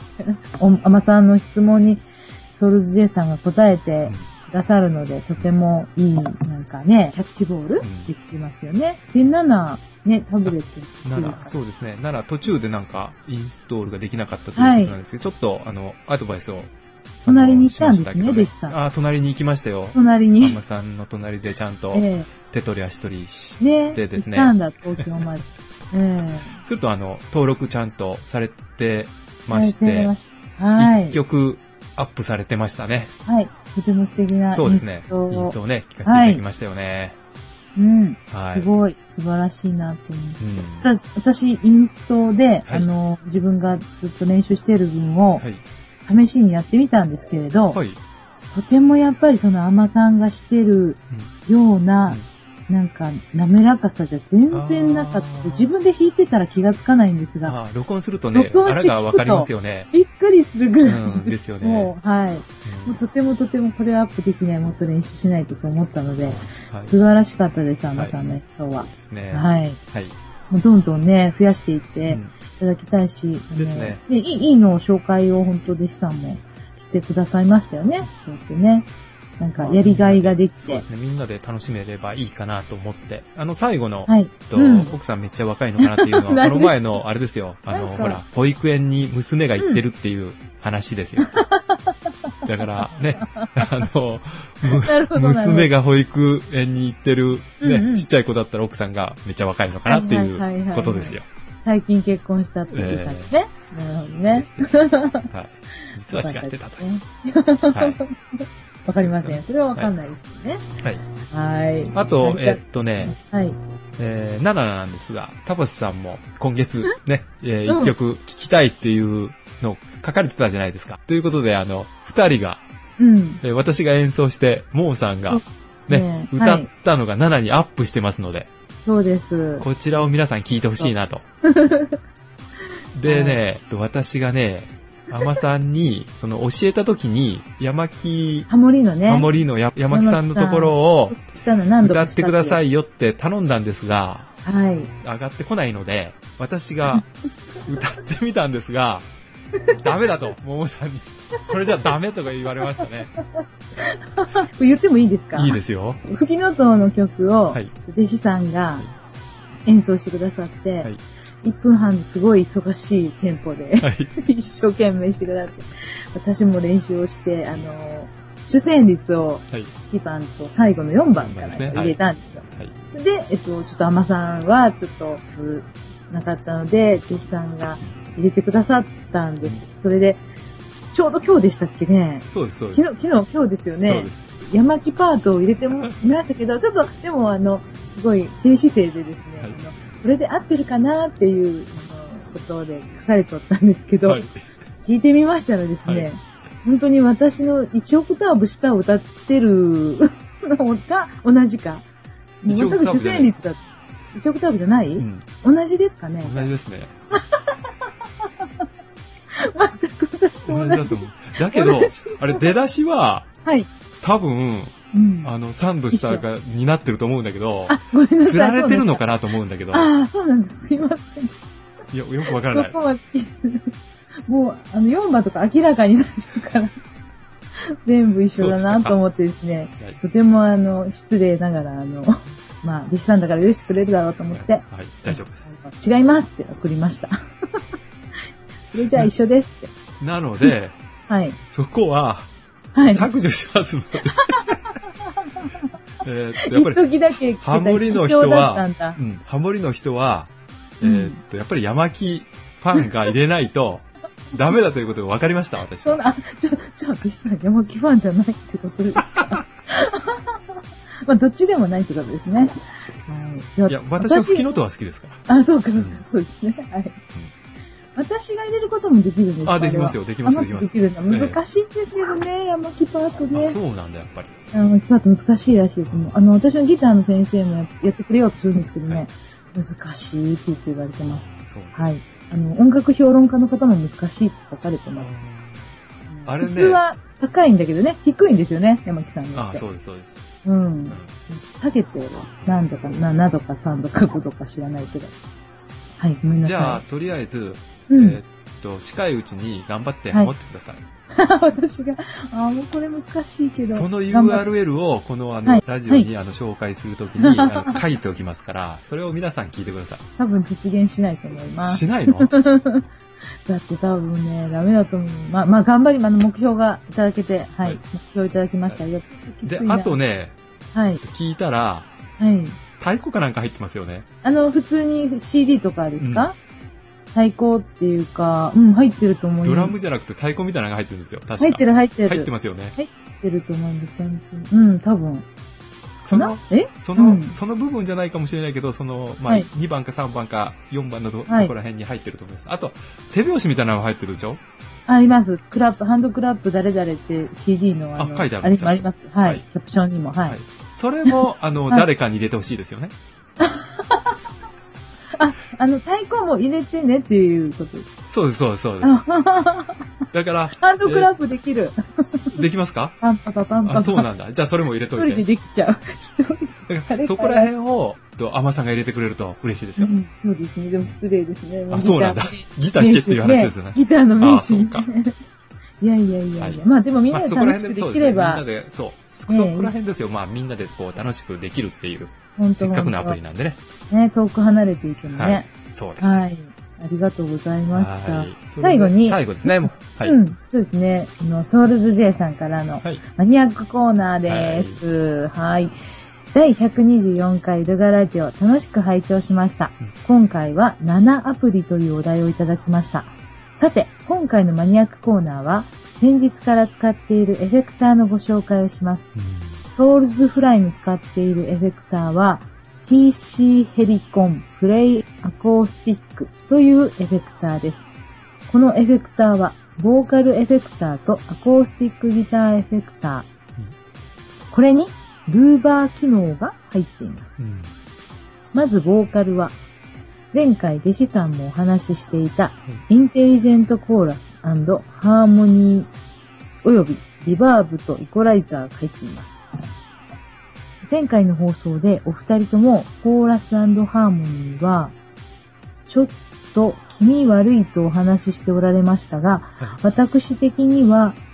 Speaker 2: おまさんの質問に、ソウルズ J さんが答えてくださるので、とてもいい、なんかね、キャッチボール
Speaker 1: ん
Speaker 2: できてますよね。で、7、ね、タブレットってい
Speaker 1: な、
Speaker 2: うから
Speaker 1: そうですね。なら途中でなんかインストールができなかったということなんですけど、ちょっとあの、アドバイスを。あの
Speaker 2: 隣に行ったんですね
Speaker 1: しまけど
Speaker 2: 弟子さん
Speaker 1: あー、隣に行きましたよ。
Speaker 2: 隣
Speaker 1: マ
Speaker 2: に
Speaker 1: マ、さんの隣でちゃんと
Speaker 2: え
Speaker 1: 手取り足取りし
Speaker 2: えね、
Speaker 1: でですね
Speaker 2: 行ったんだ、東 京まで。ええ
Speaker 1: するとあの、登録ちゃんとされてまし
Speaker 2: され
Speaker 1: て、
Speaker 2: たは
Speaker 1: 一
Speaker 2: い。
Speaker 1: 曲アップされてましたね。
Speaker 2: はい。とても素敵な
Speaker 1: そうですね。イ
Speaker 2: を
Speaker 1: ンストをね、聞かせていただきましたよね。
Speaker 2: うん。
Speaker 1: はい。
Speaker 2: すごい、素晴らしいなと思って。
Speaker 1: うん。
Speaker 2: た私、インストで、
Speaker 1: はい
Speaker 2: あの、自分がずっと練習している分を、
Speaker 1: はい。
Speaker 2: 試しにやってみたんですけれど、
Speaker 1: はい。
Speaker 2: とてもやっぱりそのアマさんがしてるような、なんか滑らかさじゃ全然なか
Speaker 1: あ
Speaker 2: った。
Speaker 1: ー
Speaker 2: 自分で弾いてたら気がつかないんですが、
Speaker 1: ああ、録音するとね、
Speaker 2: 録音し
Speaker 1: あ
Speaker 2: て
Speaker 1: ら
Speaker 2: 聞くと
Speaker 1: がわかりますよね。
Speaker 2: びっくりするぐらい、
Speaker 1: うんですよね
Speaker 2: もう、はい。
Speaker 1: うん
Speaker 2: もうとてもとてもこれはアップできない、もっと練習しないとと思ったので、
Speaker 1: はい。
Speaker 2: 素晴らしかったです、アマさんの演奏は。
Speaker 1: ですね。い。
Speaker 2: はい。
Speaker 1: はい。
Speaker 2: もうどんどんね、増やしていっ
Speaker 1: う
Speaker 2: て
Speaker 1: ん
Speaker 2: いただきたいし、あの
Speaker 1: ですね
Speaker 2: いいいいのを紹介を本当弟子さんもしてくださいましたよね。そうですね。なんか、やりがいができ
Speaker 1: そうで。
Speaker 2: て
Speaker 1: すね。みんなで楽しめればいいかなと思って。あの、最後の、
Speaker 2: はい。
Speaker 1: と
Speaker 2: うん。
Speaker 1: 奥さんめっちゃ若いのかなっていうの
Speaker 2: な
Speaker 1: は、
Speaker 2: んで
Speaker 1: この前の、あれですよ。あ
Speaker 2: なん
Speaker 1: の、
Speaker 2: か
Speaker 1: ほら、保育園に娘が行ってるっていう話ですよ。だから、 ね、あの、
Speaker 2: なるほど
Speaker 1: む娘が保育園に行ってる、
Speaker 2: うんうん
Speaker 1: ね、ちっちゃい子だったら奥さんがめっちゃ若いのかなって
Speaker 2: はいはいはい
Speaker 1: い
Speaker 2: は
Speaker 1: う
Speaker 2: い
Speaker 1: ことですよ。
Speaker 2: 最近結婚したっていう感じね。なるほどね。
Speaker 1: はい。実は違ってたと。
Speaker 2: ね
Speaker 1: はい。
Speaker 2: わかりません。それはわかんないですよね。
Speaker 1: はい。
Speaker 2: はい。
Speaker 1: あと、
Speaker 2: はい
Speaker 1: えっとね、
Speaker 2: はい。
Speaker 1: えー、7なんですが、タボスさんも今月ね、え
Speaker 2: うん
Speaker 1: ー、一曲聴きたいっていうのを書かれてたじゃないですか。ということで、あの、二人が、
Speaker 2: うん。
Speaker 1: えー私が演奏して、モーさんがね、
Speaker 2: ね
Speaker 1: 歌ったのが7にアップしてますので、
Speaker 2: そうです。
Speaker 1: こちらを皆さん聴いてほしいなと。でね、私がね、アマさんに、その教えた時に、山木、
Speaker 2: ハモリのね。
Speaker 1: ハモリのや山木さんのところを
Speaker 2: したの何度
Speaker 1: 歌
Speaker 2: か
Speaker 1: ってくださ
Speaker 2: い。
Speaker 1: いよって頼んだんですが、
Speaker 2: はい。
Speaker 1: 上がってこないので、私が歌ってみたんです が、ダメだと、桃さんに。これじゃダメとか言われましたね。
Speaker 2: これ言ってもいいですか
Speaker 1: いいですよ。
Speaker 2: す。吹きの塔の曲を、
Speaker 1: はい
Speaker 2: 弟子さんが演奏してくださって、
Speaker 1: はい。
Speaker 2: 1分半すごい忙しいテンポで、
Speaker 1: はい。
Speaker 2: 一生懸命してくださって、私も練習をして、あの、主旋律を
Speaker 1: はい。
Speaker 2: 1番と最後の4番から
Speaker 1: そうですね
Speaker 2: 入れたんですよ。
Speaker 1: はい。
Speaker 2: で、えっと、ちょっと甘さんはちょっと、なかったので、弟子さんが入れてくださったんです。それで、ちょうど今日でしたっけね。
Speaker 1: そうです、そうです。
Speaker 2: 昨日、昨日、今日ですよ
Speaker 1: そう
Speaker 2: ね
Speaker 1: で。す。
Speaker 2: 山木パートを入れてもみましたけど、ちょっと、でもあの、すごい低姿勢でですね、
Speaker 1: はい
Speaker 2: あのこれで合ってるかなっていう、あのことで書かれとったんですけど、
Speaker 1: はい。
Speaker 2: 聞いてみましたらですね、
Speaker 1: はい
Speaker 2: 本当に私の1オクターブ下を歌ってる のが同じか。もう
Speaker 1: 1
Speaker 2: 全
Speaker 1: オク
Speaker 2: く
Speaker 1: ターブ
Speaker 2: 主
Speaker 1: じゃな
Speaker 2: 旋
Speaker 1: い
Speaker 2: 律だ。1オクターブじゃない、
Speaker 1: うん。
Speaker 2: 同じですかね
Speaker 1: 同じですね。
Speaker 2: 全く私と
Speaker 1: 同
Speaker 2: 同
Speaker 1: じ
Speaker 2: じ。
Speaker 1: だと思う。だけど
Speaker 2: 同じ、
Speaker 1: あれ出だしは、
Speaker 2: はい。
Speaker 1: 多分、
Speaker 2: うん。
Speaker 1: あの、サンドしたか、になってると思うんだけど、
Speaker 2: あ、ごめんなさい。
Speaker 1: 釣られてるのかなと思うんだけど、
Speaker 2: ああー、そうなんです。すいません。
Speaker 1: いやよくわからな
Speaker 2: そ
Speaker 1: い。
Speaker 2: こは、もう、あの、4番とか明らかになっちゃうから、全部一緒だなと思ってですね、
Speaker 1: はい
Speaker 2: とてもあの、失礼ながら、あの、まあ、弟子さんだから許してくれるだろうと思って、
Speaker 1: はい、大丈夫です。
Speaker 2: 違いますって送り ました。それじゃあ一緒ですって。
Speaker 1: なので、
Speaker 2: はい。
Speaker 1: そこは、
Speaker 2: はい。
Speaker 1: 削除しますの で。えーっと、やっぱ
Speaker 2: 一
Speaker 1: り、
Speaker 2: 時だけ来てた
Speaker 1: ハモリの
Speaker 2: 貴
Speaker 1: 人
Speaker 2: 重だった
Speaker 1: は
Speaker 2: んだ、
Speaker 1: うん、ハモリの人は、え
Speaker 2: うん
Speaker 1: ーっと、やっぱり山木ファンが入れない と、ダメだということが分かりました、私
Speaker 2: そ
Speaker 1: は
Speaker 2: ん。な、あ、ちょ、ちょ、弟子さん、山木ファンじゃないってことですか まあ、どっちでもないってことですね。はい
Speaker 1: や、私は吹きの音は好きですから。
Speaker 2: あ、そうか、そ
Speaker 1: う
Speaker 2: う
Speaker 1: ん
Speaker 2: か、そうですね。はい。私が入れることもできるんですか
Speaker 1: あできますよ
Speaker 2: あれ
Speaker 1: で
Speaker 2: は
Speaker 1: きます
Speaker 2: あ
Speaker 1: できます
Speaker 2: できるんだ。
Speaker 1: ええ
Speaker 2: 難しいんですけどね、山木パート
Speaker 1: うんあ
Speaker 2: ね。
Speaker 1: そうなんだ、やっぱり。
Speaker 2: 山木パート難しいらしいです。もうあの、私のギターの先生もややってくれようとするんですけど
Speaker 1: はい
Speaker 2: ね、難しいって言って言われてます。
Speaker 1: そう
Speaker 2: はい。あの、音楽評論家の方も難しいって書かれてます。
Speaker 1: あれね
Speaker 2: 普通は高いんだけどね、低いんですよね、山木さんの。
Speaker 1: あ、そううです、そうです。
Speaker 2: うん
Speaker 1: うん。
Speaker 2: 下げて、何度か、7度か3度か5度か知らないけど。はい、ごめんなさい。
Speaker 1: じゃあ、とりあえず、
Speaker 2: うん
Speaker 1: えーっと、近いうちに頑張って
Speaker 2: は
Speaker 1: ハ
Speaker 2: い
Speaker 1: モってください。
Speaker 2: 私が、ああ、もうこれ難しいけど。
Speaker 1: その
Speaker 2: 頑張って。
Speaker 1: URL を、このあの、
Speaker 2: はい
Speaker 1: ラジオにあの紹介するとき に、あの書いておきますから、それを皆さん聞いてくださ
Speaker 2: 多分実現しないと思いま
Speaker 1: い。
Speaker 2: す。
Speaker 1: しないの
Speaker 2: だって多分ね、ダメだと思う。まあ、まあ、頑張り、あの、目標がいただけて、はい、
Speaker 1: はい
Speaker 2: 目標いただきました。
Speaker 1: は
Speaker 2: やっきつ
Speaker 1: で
Speaker 2: い、な
Speaker 1: あとね、
Speaker 2: はい、
Speaker 1: 聞いたら、
Speaker 2: はい。
Speaker 1: 太鼓かなんか入ってますよね。
Speaker 2: あの、普通に CD とかですか、最高っていうか、うん、入ってると思います。
Speaker 1: ドラムじゃなくて太鼓みたいなのが入ってるんですよ。確か
Speaker 2: 入ってる入ってる。
Speaker 1: 入って
Speaker 2: ま
Speaker 1: ますよね。
Speaker 2: 入ってると思うんです、本当にうん、多分。
Speaker 1: その、
Speaker 2: え
Speaker 1: その、
Speaker 2: うん
Speaker 1: その部分じゃないかもしれないけど、その、まあ、
Speaker 2: はい
Speaker 1: 2番か3番か4番のと,、
Speaker 2: はい
Speaker 1: こら辺に入ってると思います。あと、手拍子みたいなのが入ってるでしょ
Speaker 2: あります。クラップ、ハンドクラップ誰々って CD のあの、
Speaker 1: あ書いてある
Speaker 2: れにもあります。はい。
Speaker 1: はい
Speaker 2: キャプションにも、はい。
Speaker 1: はいそれも、あの、
Speaker 2: はい
Speaker 1: 誰かに入れてほしいですよね。
Speaker 2: あ、あの、太鼓も入れてねっていうことです。
Speaker 1: そうです、そうです、そうで
Speaker 2: あ
Speaker 1: す。だから、
Speaker 2: ハンドクラップできる。
Speaker 1: えできますか
Speaker 2: パンパパパンパ
Speaker 1: あ、
Speaker 2: パ。
Speaker 1: そうなんだ。じゃあ、それも入れ
Speaker 2: 一
Speaker 1: とい
Speaker 2: 人で
Speaker 1: て。
Speaker 2: できちゃう。一人
Speaker 1: だからそこら辺を、と、アマさんが入れてくれると嬉しいですよ
Speaker 2: う。んそうですね。でも失礼ですね。
Speaker 1: あ、そうなんだ。ギター弾
Speaker 2: 名
Speaker 1: けっ
Speaker 2: 手
Speaker 1: ていう話ですよね。
Speaker 2: ギターの名手に
Speaker 1: あそう。
Speaker 2: いやいやいや
Speaker 1: はい
Speaker 2: いや。まあでもみんな
Speaker 1: まあ
Speaker 2: で
Speaker 1: そこら
Speaker 2: 楽し
Speaker 1: 辺で、そう
Speaker 2: くで
Speaker 1: です
Speaker 2: き
Speaker 1: ね。み
Speaker 2: れ
Speaker 1: んな
Speaker 2: ば、
Speaker 1: で、そう。そそ
Speaker 2: ええ
Speaker 1: こら辺ですよ。まあ、みんなでこう、楽しくできるっていう、
Speaker 2: 本
Speaker 1: せ
Speaker 2: 当
Speaker 1: っかくのアプリなんでね。
Speaker 2: ね、遠く離れていても
Speaker 1: はい
Speaker 2: ね。。
Speaker 1: そうです。
Speaker 2: はい。ありがとうございました。
Speaker 1: はい
Speaker 2: 最後に
Speaker 1: 最後ですね、もう。はい。
Speaker 2: うん、そうですね。あの、ソウルズ J さんから
Speaker 1: は
Speaker 2: の
Speaker 1: い。
Speaker 2: マニアックコーナーです。はい。第124回ルガラジオ楽しく拝聴しました。
Speaker 1: うん
Speaker 2: 今回は7アプリというお題をいただきました。さて、今回のマニアックコーナーは、先日から使っているエフェクターのご紹介をします。ソウルズフライに使っているエフェクターは、TC ヘリコンプレイアコースティックというエフェクターです。このエフェクターは、ボーカルエフェクターとアコースティックギターエフェクター。これに、ルーバー機能が入っています。
Speaker 1: うん
Speaker 2: まずボーカルは、前回弟子さんもお話ししていた、インテリジェントコーラスハーモニー、およびリバーブとイコライザーが入っています。前回の放送でお二人ともコーラスハーモニーは、ちょっと気に悪いとお話ししておられましたが、私的には、えー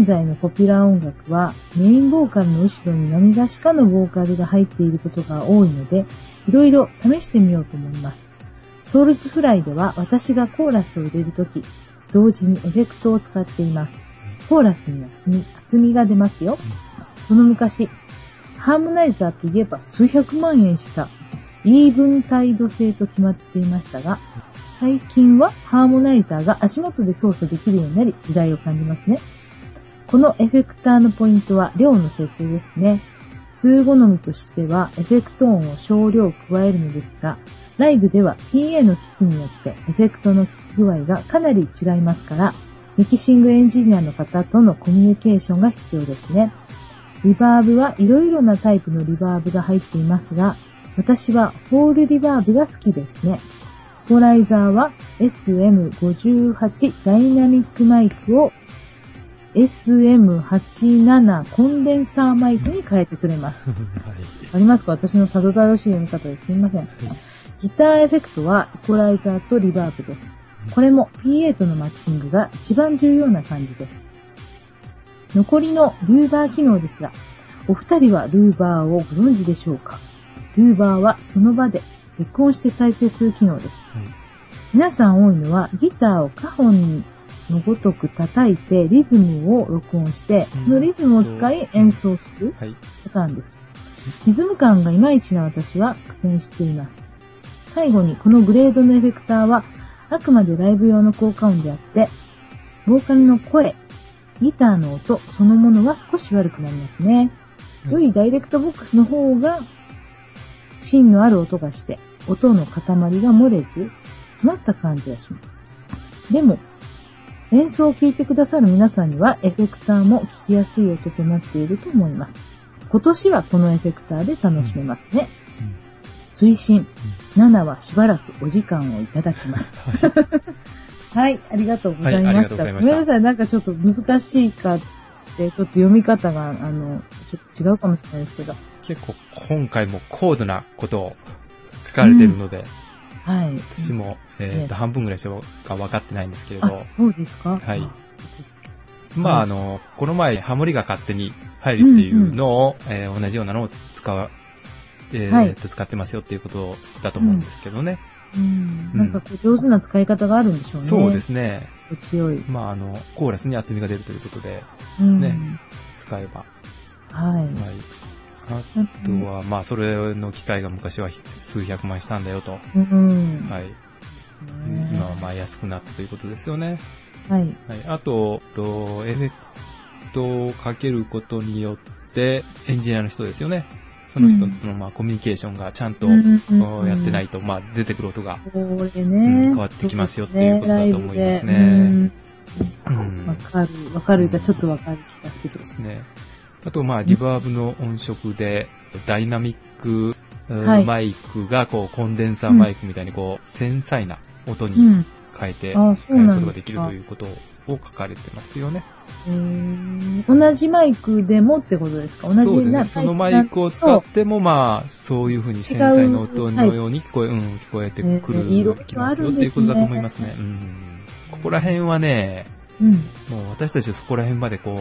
Speaker 2: 現在のポピュラー音楽は、メインボーカルの後ろに何がしかのボーカルが入っていることが多いので、いろいろ試してみようと思います。ソウルズフライでは私がコーラスを入れるとき、同時にエフェクトを使っています。コーラスには厚み厚みが出ますよ。その昔、ハーモナイザーといえば数百万円した、イーブンタイド制と決まっていましたが、最近はハーモナイザーが足元で操作できるようになり、時代を感じますね。このエフェクターのポイントは量の設定ですね。通好みとしては、エフェクト音を少量加えるのですが、ライブでは PA の機器によってエフェクトの効き具合がかなり違いますから、ミキシングエンジニアの方とのコミュニケーションが必要ですね。リバーブはいろいろなタイプのリバーブが入っていますが、私はホールリバーブが好きですね。イコライザーは SM58 ダイナミックマイクを SM87 コンデンサーマイクに変えてくれます。ありますか私のたどたどしい読み方です。すみません。ギターエフェクトはイコライザーとリバーブです。これも PA とのマッチングが一番重要な感じです。残りのルーバー機能ですが、お二人はルーバーをご存知でしょうかルーバーはその場で録音して再生する機能です。皆さん多いのはギターをカホンのごとく叩いてリズムを録音して、
Speaker 1: うん
Speaker 2: そのリズムを使い演奏する
Speaker 1: はい。
Speaker 2: パターンです。リズム感がいまいちな私は苦戦しています。最後にこのグレードのエフェクターはあくまでライブ用の効果音であって、ボーカルの声、ギターの音そのものは少し悪くなりますね。良いダイレクトボックスの方が芯のある音がして、音の塊が漏れず、詰まった感じがします。でも、演奏を聴いてくださる皆さんには、エフェクターも聞きやすい音となっていると思います。今年はこのエフェクターで楽しめますね。推進7はしばらくお時間をいただきます。 はい、ありがとうござい
Speaker 1: はいあ
Speaker 2: ま
Speaker 1: りが
Speaker 2: し
Speaker 1: とうご
Speaker 2: た。
Speaker 1: ざい
Speaker 2: ご
Speaker 1: ました
Speaker 2: めんなさい、なんかちょっと難しいかって、ちょっと読み方が、あの、ちょっと違うかもしれないですけど、
Speaker 1: 結構今回も高度なことを書かれているので、
Speaker 2: はい。
Speaker 1: 私も、えっと、半分ぐらいしか分かってないんですけれ
Speaker 2: あ
Speaker 1: ど、、
Speaker 2: そうですか
Speaker 1: はい
Speaker 2: あ
Speaker 1: まあ、あの、この前、ハモリが勝手に入るっていうのを、えー同じようなのを使う、えー
Speaker 2: はい
Speaker 1: と使ってますよっていうことだと思うんですけどね。
Speaker 2: うんなんかこう上手な使い方があるんでしょうね。
Speaker 1: そうですね。
Speaker 2: お強い。
Speaker 1: まあ、あの、コーラスに厚みが出るということで、
Speaker 2: うん
Speaker 1: ね使えば。
Speaker 2: は
Speaker 1: は
Speaker 2: い。
Speaker 1: い。あとは、まあ、それの機械が昔は数百万したんだよと。は
Speaker 2: うん。
Speaker 1: い。
Speaker 2: ね
Speaker 1: 今はまあ安くなったということですよね。
Speaker 2: はい。
Speaker 1: はい。あと、とエフェクトをかけることによって、エンジニアの人ですよね。その人とのまあコミュニケーションがちゃんと
Speaker 2: うんうんうん
Speaker 1: おやってないと、まあ出てくる音が。
Speaker 2: これ
Speaker 1: うん
Speaker 2: ね。
Speaker 1: 変わってきますよっていうことだと思いますね
Speaker 2: ライブで
Speaker 1: う
Speaker 2: うん
Speaker 1: ん
Speaker 2: わかる。わかるがちょっとわかる気がする
Speaker 1: で。すね。あと、まあ、リバーブの音色で、ダイナミック、うん
Speaker 2: はい
Speaker 1: マイクが、こう、コンデンサーマイクみたいに、こう、繊細な音に
Speaker 2: ん。
Speaker 1: 変えて、
Speaker 2: あそ
Speaker 1: 変
Speaker 2: う
Speaker 1: える
Speaker 2: な
Speaker 1: こ
Speaker 2: ん
Speaker 1: とが
Speaker 2: ですか
Speaker 1: できるということを書かれてますよね。
Speaker 2: えー同じマイクでもってことですか同じ
Speaker 1: そうです
Speaker 2: な
Speaker 1: ね。そのマイクを使っても、まあ、そういうふうに繊細な音のように聞こえ、うん、聞こえてく
Speaker 2: えーいろい
Speaker 1: る、
Speaker 2: ろ
Speaker 1: きます
Speaker 2: ある
Speaker 1: よ
Speaker 2: ん
Speaker 1: ってい
Speaker 2: ですね
Speaker 1: うことだと思いますね。うん。ここら辺はね、
Speaker 2: うん。
Speaker 1: もう私たちはそこら辺までこ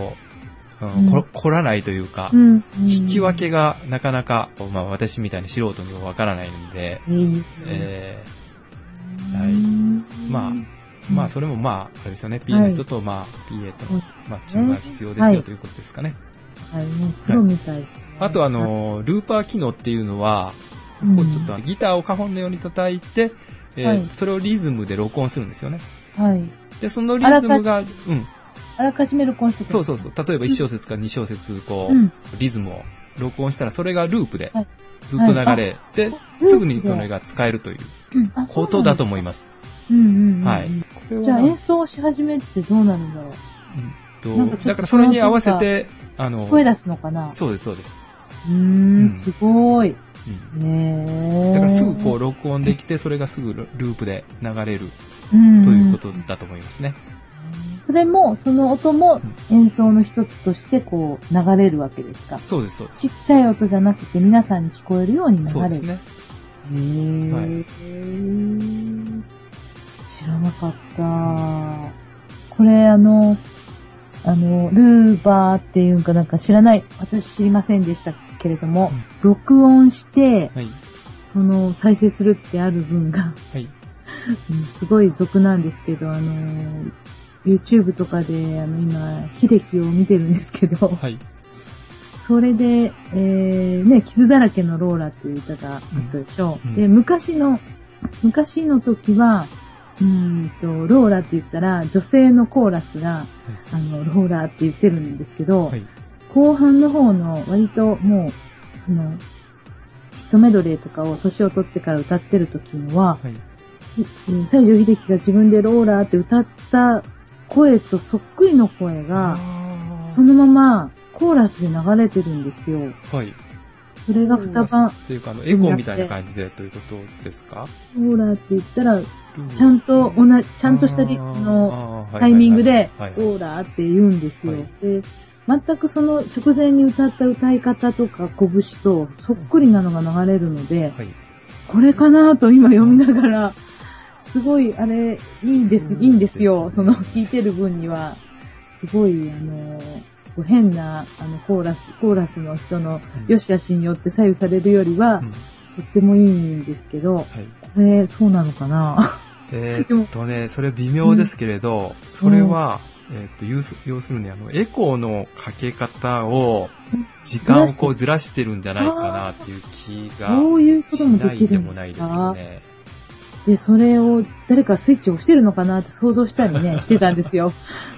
Speaker 1: う、う
Speaker 2: うん
Speaker 1: ん、こ来らないというか、
Speaker 2: うん。
Speaker 1: 引き分け
Speaker 2: が。
Speaker 1: がなかなか、まあ私みたいに素人にはわからないんで、
Speaker 2: いいですね
Speaker 1: えはい
Speaker 2: うん
Speaker 1: まあーまあそれもまあ、あれですよね、P
Speaker 2: は
Speaker 1: の
Speaker 2: いれ
Speaker 1: 人とまあ PA と
Speaker 2: うん
Speaker 1: のマッチングが必要です
Speaker 2: はい
Speaker 1: よということですかね。
Speaker 2: はい、もうプロみたいですね、
Speaker 1: あとあの、ルーパー機能っていうのは、
Speaker 2: うん
Speaker 1: こうちょっとギターをカホンのように叩いて、えー
Speaker 2: はい
Speaker 1: それをリズムで録音するんですよね。
Speaker 2: はい。
Speaker 1: で、そのリズムが、
Speaker 2: あらか
Speaker 1: うん、
Speaker 2: あらかじめ録音して。
Speaker 1: そうそうそうう、例えば1小節か2小節、こ
Speaker 2: うん
Speaker 1: う、リズムを録音したら、それがループで
Speaker 2: はい
Speaker 1: ずっと流れて、すぐにそれが使えるという
Speaker 2: あそう
Speaker 1: こ
Speaker 2: なん
Speaker 1: とだと思い
Speaker 2: ま
Speaker 1: ます。
Speaker 2: す。うんうんうんうん。
Speaker 1: はい。これ
Speaker 2: じゃあ
Speaker 1: なん
Speaker 2: 演奏し始めてどうなるんだろうなん
Speaker 1: うん
Speaker 2: かちょっ
Speaker 1: と、
Speaker 2: と
Speaker 1: だからそれに合わせて、あの、
Speaker 2: 声出すのかな
Speaker 1: そうです、そうです。
Speaker 2: うーん、すごい。
Speaker 1: うん
Speaker 2: ねえ。
Speaker 1: だからすぐこう録音できて、それがすぐループで流れる
Speaker 2: うん、
Speaker 1: ということだと思いますね。
Speaker 2: それも、その音も演奏の一つとしてこう流れるわけですか
Speaker 1: そうです、そうです。
Speaker 2: ちっちゃい音じゃなくて皆さんに聞こえるように流れる。
Speaker 1: そうですね。
Speaker 2: へー
Speaker 1: はい
Speaker 2: 知らなかった。これ、あの、あの、ルーバーっていうんかなんか知らない、私知りませんでしたけれども、録音して、
Speaker 1: はい。
Speaker 2: その、再生するってある分が、
Speaker 1: はい。
Speaker 2: うんすごい俗なんですけど、あの、YouTube とかで、あの、今、秀樹を見てるんですけど、
Speaker 1: はい。
Speaker 2: それで、えー、ね、傷だらけのローラっていう歌があったでしょ
Speaker 1: う
Speaker 2: う。
Speaker 1: んうん
Speaker 2: で、昔の、昔の時は、うーんと、ローラって言ったら、女性のコーラスが、あの、ローラって言ってるんですけど、
Speaker 1: はい。
Speaker 2: 後半の方の割ともう、あの、ヒットメドレーとかを年を取ってから歌ってる時のは、
Speaker 1: はい。
Speaker 2: うん西城秀樹が自分でローラーって歌った声とそっくりの声が、
Speaker 1: あ
Speaker 2: そのままコーラスで流れてるんですよ。
Speaker 1: ーはい。
Speaker 2: それが二晩、
Speaker 1: っていうか、あの、エゴみたいな感じでということですか
Speaker 2: ローラーって言ったら、ちゃんと同じ、ちゃんとしたり
Speaker 1: あー
Speaker 2: の
Speaker 1: あーはい
Speaker 2: タイミングで、ロ
Speaker 1: はいはいはい
Speaker 2: ーラーって言うんですよ
Speaker 1: はい。
Speaker 2: で、全くその直前に歌った歌い方とか拳とそっくりなのが流れるので、
Speaker 1: はい。
Speaker 2: これかなと今読みながら、すごい、あれ、いいです、いいんですよ。その、聞いてる分には。すごい、あの、こう変な、あの、コーラス、コーラスの人の
Speaker 1: うん、
Speaker 2: よし悪しによって左右されるよりは
Speaker 1: う、ん
Speaker 2: とってもいいんですけど、
Speaker 1: はい。
Speaker 2: これ、そうなのかな
Speaker 1: えーっとね、それ微妙ですけれど、それは、えーっと、要す要するに、あの、エコーのかけ方を、時間をこうずらしてるんじゃないかなっていう気が
Speaker 2: そういうこと
Speaker 1: し
Speaker 2: も
Speaker 1: な
Speaker 2: でき
Speaker 1: いで
Speaker 2: るん
Speaker 1: もないですよね。
Speaker 2: で、それを、誰かスイッチ押してるのかなって想像した りね、してたんですよ。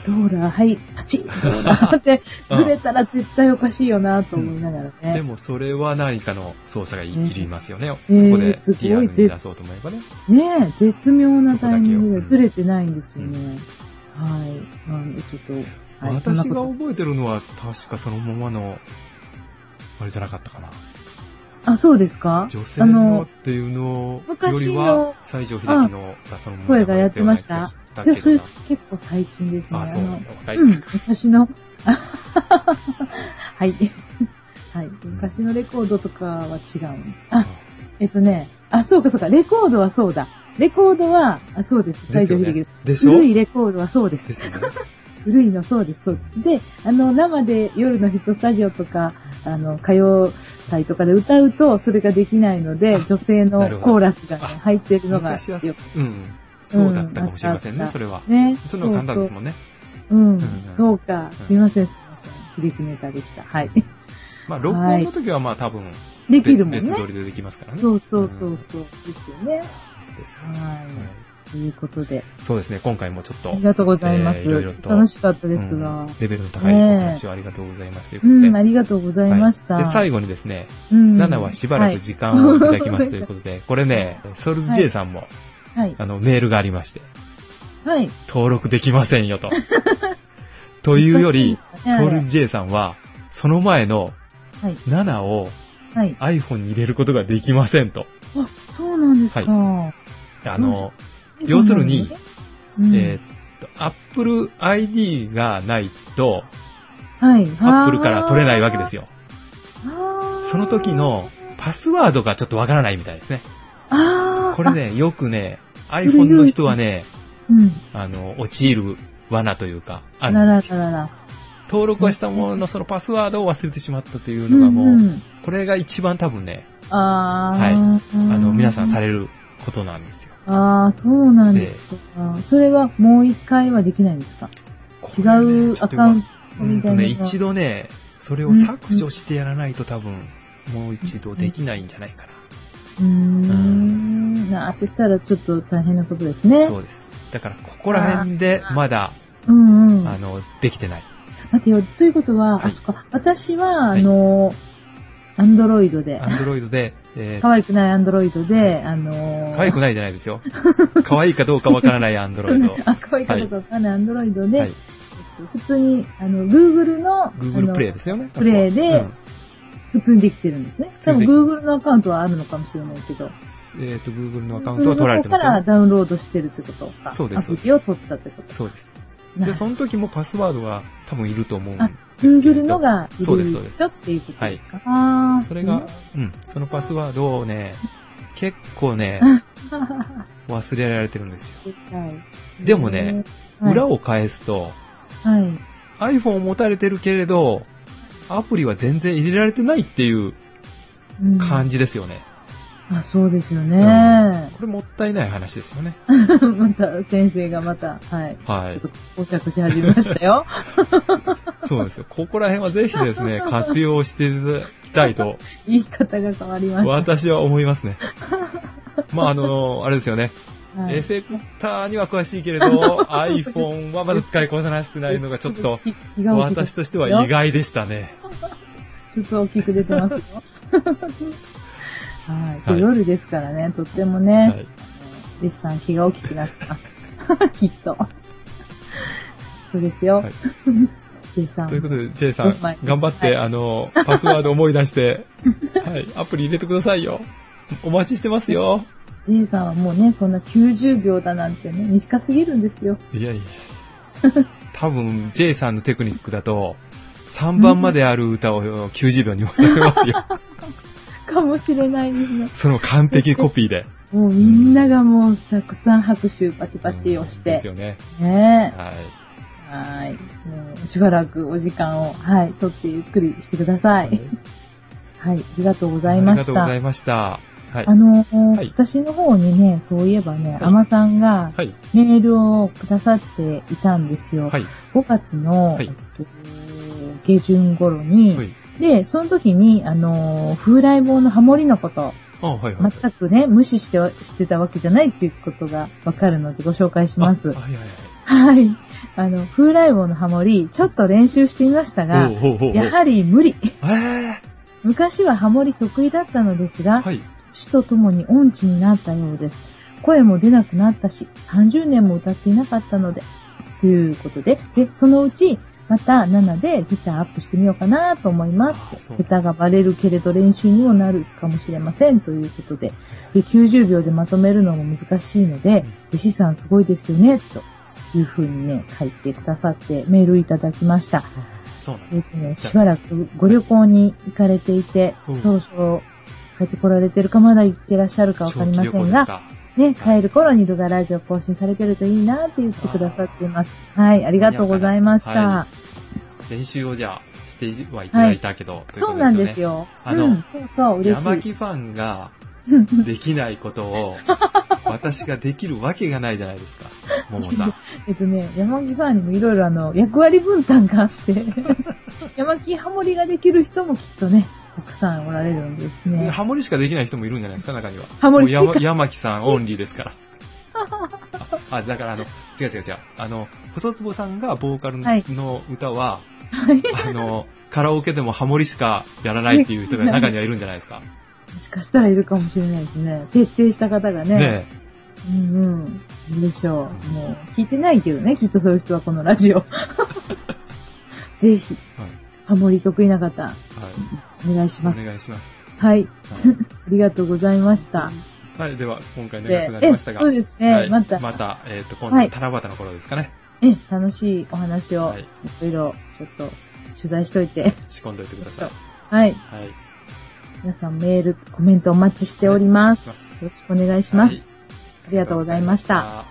Speaker 2: ローラー、はい、パチッローラーって、ずれたら絶対おかしいよなと思いながらね。
Speaker 1: でも、それは何かの操作がいりますよね。
Speaker 2: えー
Speaker 1: そこで
Speaker 2: えーすごい
Speaker 1: リアルに出そうと思えばね。
Speaker 2: ねえ、絶妙なタイミン
Speaker 1: そこ
Speaker 2: グで
Speaker 1: だ
Speaker 2: ず
Speaker 1: けを
Speaker 2: れてないんですよね。はい。あの、ちょっと、はい、
Speaker 1: 私
Speaker 2: そんな
Speaker 1: が
Speaker 2: こと
Speaker 1: 覚えてるのは、確かそのままの、あれじゃなかったかな。
Speaker 2: あ、そうですか
Speaker 1: 女性のっていうのより
Speaker 2: 昔
Speaker 1: は
Speaker 2: の、
Speaker 1: 西城秀樹のがそのまま
Speaker 2: 声がやってました
Speaker 1: やって
Speaker 2: あ
Speaker 1: ま
Speaker 2: の、
Speaker 1: し
Speaker 2: そ
Speaker 1: け
Speaker 2: れ
Speaker 1: どな
Speaker 2: 結構最近ですね。
Speaker 1: あ、そう
Speaker 2: の
Speaker 1: なんだ。若い
Speaker 2: うん、昔の、 あはい。はい。昔のレコードとかは違うん。あ、えっとね、あ、そうかそうか、レコードはそうだ。レコードは、あ、そうです。
Speaker 1: で
Speaker 2: 西
Speaker 1: すよ
Speaker 2: 城
Speaker 1: ね
Speaker 2: 秀樹です。
Speaker 1: でしょ
Speaker 2: 古いレコードはそうです。
Speaker 1: ですよね。
Speaker 2: 古いのそうです、そうです。で、あの、生で夜のヒットスタジオとか、あの、歌謡祭とかで歌うと、それができないので、女性
Speaker 1: な
Speaker 2: の
Speaker 1: るほど
Speaker 2: コーラスがね、
Speaker 1: あ
Speaker 2: 入ってるのがよ
Speaker 1: 昔は
Speaker 2: く、
Speaker 1: うん。そうだったかもしれません
Speaker 2: うん
Speaker 1: ね、
Speaker 2: あった
Speaker 1: それは。
Speaker 2: ね。
Speaker 1: その簡単ですも
Speaker 2: ん。
Speaker 1: んね。
Speaker 2: そううん
Speaker 1: ん。
Speaker 2: そうか
Speaker 1: うん。
Speaker 2: すいません、すいません。響きネタでした。はい。
Speaker 1: まあ、録音の時はまあ多分、
Speaker 2: で
Speaker 1: べ
Speaker 2: きるもんね。
Speaker 1: 別撮りでできますからね。
Speaker 2: そうそうそ
Speaker 1: ん
Speaker 2: う
Speaker 1: で
Speaker 2: そう。ですよね。
Speaker 1: すは
Speaker 2: はいい。ということで、
Speaker 1: そうですね、今回もちょっと。
Speaker 2: ありがとうございます。
Speaker 1: えーいろいろと。
Speaker 2: 楽しかったですが
Speaker 1: うん。レベルの高いお話をありがとうございました。という
Speaker 2: う
Speaker 1: ことで
Speaker 2: ん、ありがとうございました。
Speaker 1: はいで、最後にですね、
Speaker 2: うん
Speaker 1: 7はしばらく時間をいただきますということで、これね、ソルズ J さんも、
Speaker 2: はい。
Speaker 1: あの、メールがありまして、
Speaker 2: はい。
Speaker 1: 登録できませんよと。 というより、
Speaker 2: 難しいですねあ
Speaker 1: ソ
Speaker 2: れ
Speaker 1: ウル J さんは、その前の
Speaker 2: はい。
Speaker 1: 7を
Speaker 2: はい。
Speaker 1: iPhone に入れることができませんと。
Speaker 2: あ、そうなんですか。
Speaker 1: あの、要するに、
Speaker 2: うん
Speaker 1: えーっと、Apple ID がないと、
Speaker 2: はい。
Speaker 1: Apple から取れないわけです
Speaker 2: よ。
Speaker 1: よ。
Speaker 2: あー
Speaker 1: その時の、パスワードがちょっとわからないみたいですね。
Speaker 2: あー
Speaker 1: これ、ね、よくね、
Speaker 2: れより
Speaker 1: iPhone の人はね、
Speaker 2: うん。
Speaker 1: あの、陥る罠というか、あ
Speaker 2: あ
Speaker 1: る
Speaker 2: ら
Speaker 1: ん
Speaker 2: ら
Speaker 1: ですよ。
Speaker 2: ららら。
Speaker 1: 登録はしたもののそのパスワードを忘れてしまったというのがもう、
Speaker 2: んん
Speaker 1: これが一番多分ね、
Speaker 2: あー
Speaker 1: はいあの、皆さんさ
Speaker 2: れ
Speaker 1: れることなんですよ。
Speaker 2: ああ、そうなんですか。それはもう一回はできないんですか違うアカウン
Speaker 1: ト。
Speaker 2: ト
Speaker 1: うん
Speaker 2: みた
Speaker 1: と
Speaker 2: いなのが。
Speaker 1: ね、一度ね、それを削除してやらないと多分、もう一度できないんじゃないか
Speaker 2: うーん。あーそしたらちょっと大変なことですね。
Speaker 1: な。そうです。だから、ここら辺でまだ、
Speaker 2: うんうん。
Speaker 1: あの、できてない。
Speaker 2: 待てよ、ということは、
Speaker 1: はい
Speaker 2: あ、そっか、私は、
Speaker 1: はい
Speaker 2: あの、アンドロイド で、
Speaker 1: アンドロイドで、えー
Speaker 2: 可愛くないアンドロイドで、あの、
Speaker 1: 可愛くないじゃないですよ。可愛いかどうかわからないアンドロイド。
Speaker 2: あ、可愛いかどうかわかんないアンドロイドで、
Speaker 1: はい。
Speaker 2: えっと普通に、あの、Google の、あ
Speaker 1: Google
Speaker 2: の
Speaker 1: プレイですよね。
Speaker 2: プレイで
Speaker 1: うん
Speaker 2: 普通にできてるんですね。
Speaker 1: 通
Speaker 2: 多
Speaker 1: にで
Speaker 2: 分
Speaker 1: きてる
Speaker 2: Google のアカウントはあるのかもしれないけど、
Speaker 1: えっと、Google のアカウントは取られてます
Speaker 2: そこか
Speaker 1: よね。
Speaker 2: らダウンロードしてるってことか。
Speaker 1: そうです
Speaker 2: アプリを取ったってこと
Speaker 1: そうです。
Speaker 2: な
Speaker 1: で、その時もパスワードが多分いると思うん
Speaker 2: あ
Speaker 1: ですけれど。
Speaker 2: Google のがい
Speaker 1: そう
Speaker 2: る
Speaker 1: です、そうです
Speaker 2: 人。っていうことですか。ああー
Speaker 1: それが、うん、そのパスワードを ね、結構ね、忘れられてるんですよ。
Speaker 2: はい
Speaker 1: でもね、
Speaker 2: はい
Speaker 1: 裏を返すと、
Speaker 2: はい。
Speaker 1: iPhone を持たれてるけれど、アプリは全然入れられてないっていう
Speaker 2: うん
Speaker 1: 感じですよね。
Speaker 2: あ、そうですよ
Speaker 1: うん
Speaker 2: ね。
Speaker 1: これもったいない話です よね。
Speaker 2: また、先生がまた、はい。
Speaker 1: は
Speaker 2: ちょ
Speaker 1: い
Speaker 2: っと。、膠着し始めまし たよ。
Speaker 1: そうですよ。ここら辺はぜひです ね、活用していただきたいと、
Speaker 2: 言い方が変わりまし
Speaker 1: 私 は思いますね。まあ、あの、あれですよね。
Speaker 2: はい
Speaker 1: エフェクターには詳しいけれ ど、iPhone はまだ使いこなしてないのがちょっと、
Speaker 2: 気が大きく
Speaker 1: 私としては意外でしたね。
Speaker 2: ちょっと大きく出てますよ。 は
Speaker 1: は
Speaker 2: い。
Speaker 1: い
Speaker 2: 夜ですからね、とっても
Speaker 1: は
Speaker 2: ね、
Speaker 1: い。
Speaker 2: デッサン気が大きくなってます。 きっと。そうですよ。
Speaker 1: はい
Speaker 2: J さん。
Speaker 1: ということで、J さん
Speaker 2: はい、
Speaker 1: 頑張って、あの、パスワード思い出 して、はい、アプリ入れてくださいよ。お待ちしてますよ。
Speaker 2: J さんはもうね、そんな90秒だなんてね、短すぎるんですよ。
Speaker 1: いやいや。多分、J さんのテクニックだと、3番まである歌を90秒に収めます よ。
Speaker 2: かもしれないですね。
Speaker 1: その完璧コピーで。
Speaker 2: もうみんながもうたくさん拍手パチパチをし
Speaker 1: うんで
Speaker 2: て
Speaker 1: す。よね。
Speaker 2: ね
Speaker 1: はい。
Speaker 2: え。はい。もうしばらくお時間を、はい、取ってゆっくりしてください。はい、ありがとうござ
Speaker 1: あ
Speaker 2: い
Speaker 1: り
Speaker 2: ま
Speaker 1: が
Speaker 2: し
Speaker 1: とうご
Speaker 2: た
Speaker 1: ざ。いました。はい
Speaker 2: あ。のー
Speaker 1: はい
Speaker 2: 私の方にね、そういえばね、
Speaker 1: い
Speaker 2: あまさんが
Speaker 1: はい。
Speaker 2: メールをくださっていたんですよ。
Speaker 1: はい。
Speaker 2: 5月の、
Speaker 1: はい
Speaker 2: えっと下旬頃に、
Speaker 1: はい。
Speaker 2: で、その時に、あのー風来坊のハモリのこと、
Speaker 1: あ、はいはい。
Speaker 2: 全くね、無視してはしてたわけじゃないっていうことがわかるのでご紹介します
Speaker 1: あ。はいはい
Speaker 2: はい。あの、風来坊のハモリ、ちょっと練習してみました
Speaker 1: は
Speaker 2: が
Speaker 1: い。、ほうほうほうほう。
Speaker 2: やはり無理。
Speaker 1: え
Speaker 2: 昔はハモリ得意だったのです
Speaker 1: ー
Speaker 2: が、
Speaker 1: はい。
Speaker 2: 死とともに音痴になったようです。声も出なくなったし、30年も歌っていなかったので、ということで、で、そのうち、また7でギターアップしてみようかなと思いま
Speaker 1: あ
Speaker 2: す
Speaker 1: そ。う
Speaker 2: 下手がバレるけれど練習にもなるかもしれませんということで、で90秒でまとめるのも難しいので、弟子さんすごいですよね、というふうにね、書いてくださってメールいただきました。
Speaker 1: そうなん
Speaker 2: えっとね、しばらくご旅行に行かれていて、
Speaker 1: うん
Speaker 2: そろそろ帰ってこられてるか、まだ行ってらっしゃるかわかりませんが、。ね、帰る頃にルガラジオ更新されてるといいなって言ってくださっています。はい、ありがとうございました。
Speaker 1: は練習をじゃあ、してはいただいたけど、とい
Speaker 2: そう
Speaker 1: こと
Speaker 2: なんです。よ。
Speaker 1: あの
Speaker 2: うん、そうそう、嬉
Speaker 1: 山
Speaker 2: しい。
Speaker 1: 木ファンができないこと を、私ができるわけがないじゃないですか、ももさん。
Speaker 2: えっとね、山木ファンにもいろいろあの、役割分担があって、 山木ハモリができる人もきっとね、たくさんおられるんですね。
Speaker 1: ハモリしかできない人もいるんじゃないですか、中には。
Speaker 2: ハモリ
Speaker 1: もうやま山木さんオンリーです から。あ、あだからあの、違う違う違う。あの、細坪さんがボーカルの,、
Speaker 2: はい
Speaker 1: 歌は、あの、カラオケでもハモリしかやらないっていう人が中にはいるんじゃないです か。
Speaker 2: もしかしたらいるかもしれないですね。徹底した方が
Speaker 1: ねえ。
Speaker 2: うんうん。でしょう。もう、聞いてないけどね、きっとそういう人はこの ラジオ。ぜひ、
Speaker 1: はい
Speaker 2: ハモリ得意な方、
Speaker 1: はい。
Speaker 2: お願いし
Speaker 1: お
Speaker 2: ます。
Speaker 1: 願いします。
Speaker 2: は
Speaker 1: は
Speaker 2: い。
Speaker 1: い
Speaker 2: ありがとうございました。
Speaker 1: はい、では、今回
Speaker 2: で
Speaker 1: 長くなり
Speaker 2: え、
Speaker 1: まし
Speaker 2: そ
Speaker 1: たが。
Speaker 2: うですね。
Speaker 1: はい
Speaker 2: また、
Speaker 1: また、えっ、と、今
Speaker 2: はい
Speaker 1: 度、七夕の頃ですかね。
Speaker 2: え、楽しいお話を、
Speaker 1: はいい、
Speaker 2: ろいろ、ちょっと、取材しといて。
Speaker 1: 仕込んでおいてください。
Speaker 2: はい。
Speaker 1: はい。
Speaker 2: 皆さんメール、コメントお待ちしております。
Speaker 1: お願いします
Speaker 2: よろしくお願いします。
Speaker 1: はい
Speaker 2: ありがとうございまし
Speaker 1: あ
Speaker 2: た。
Speaker 1: りがとうございました。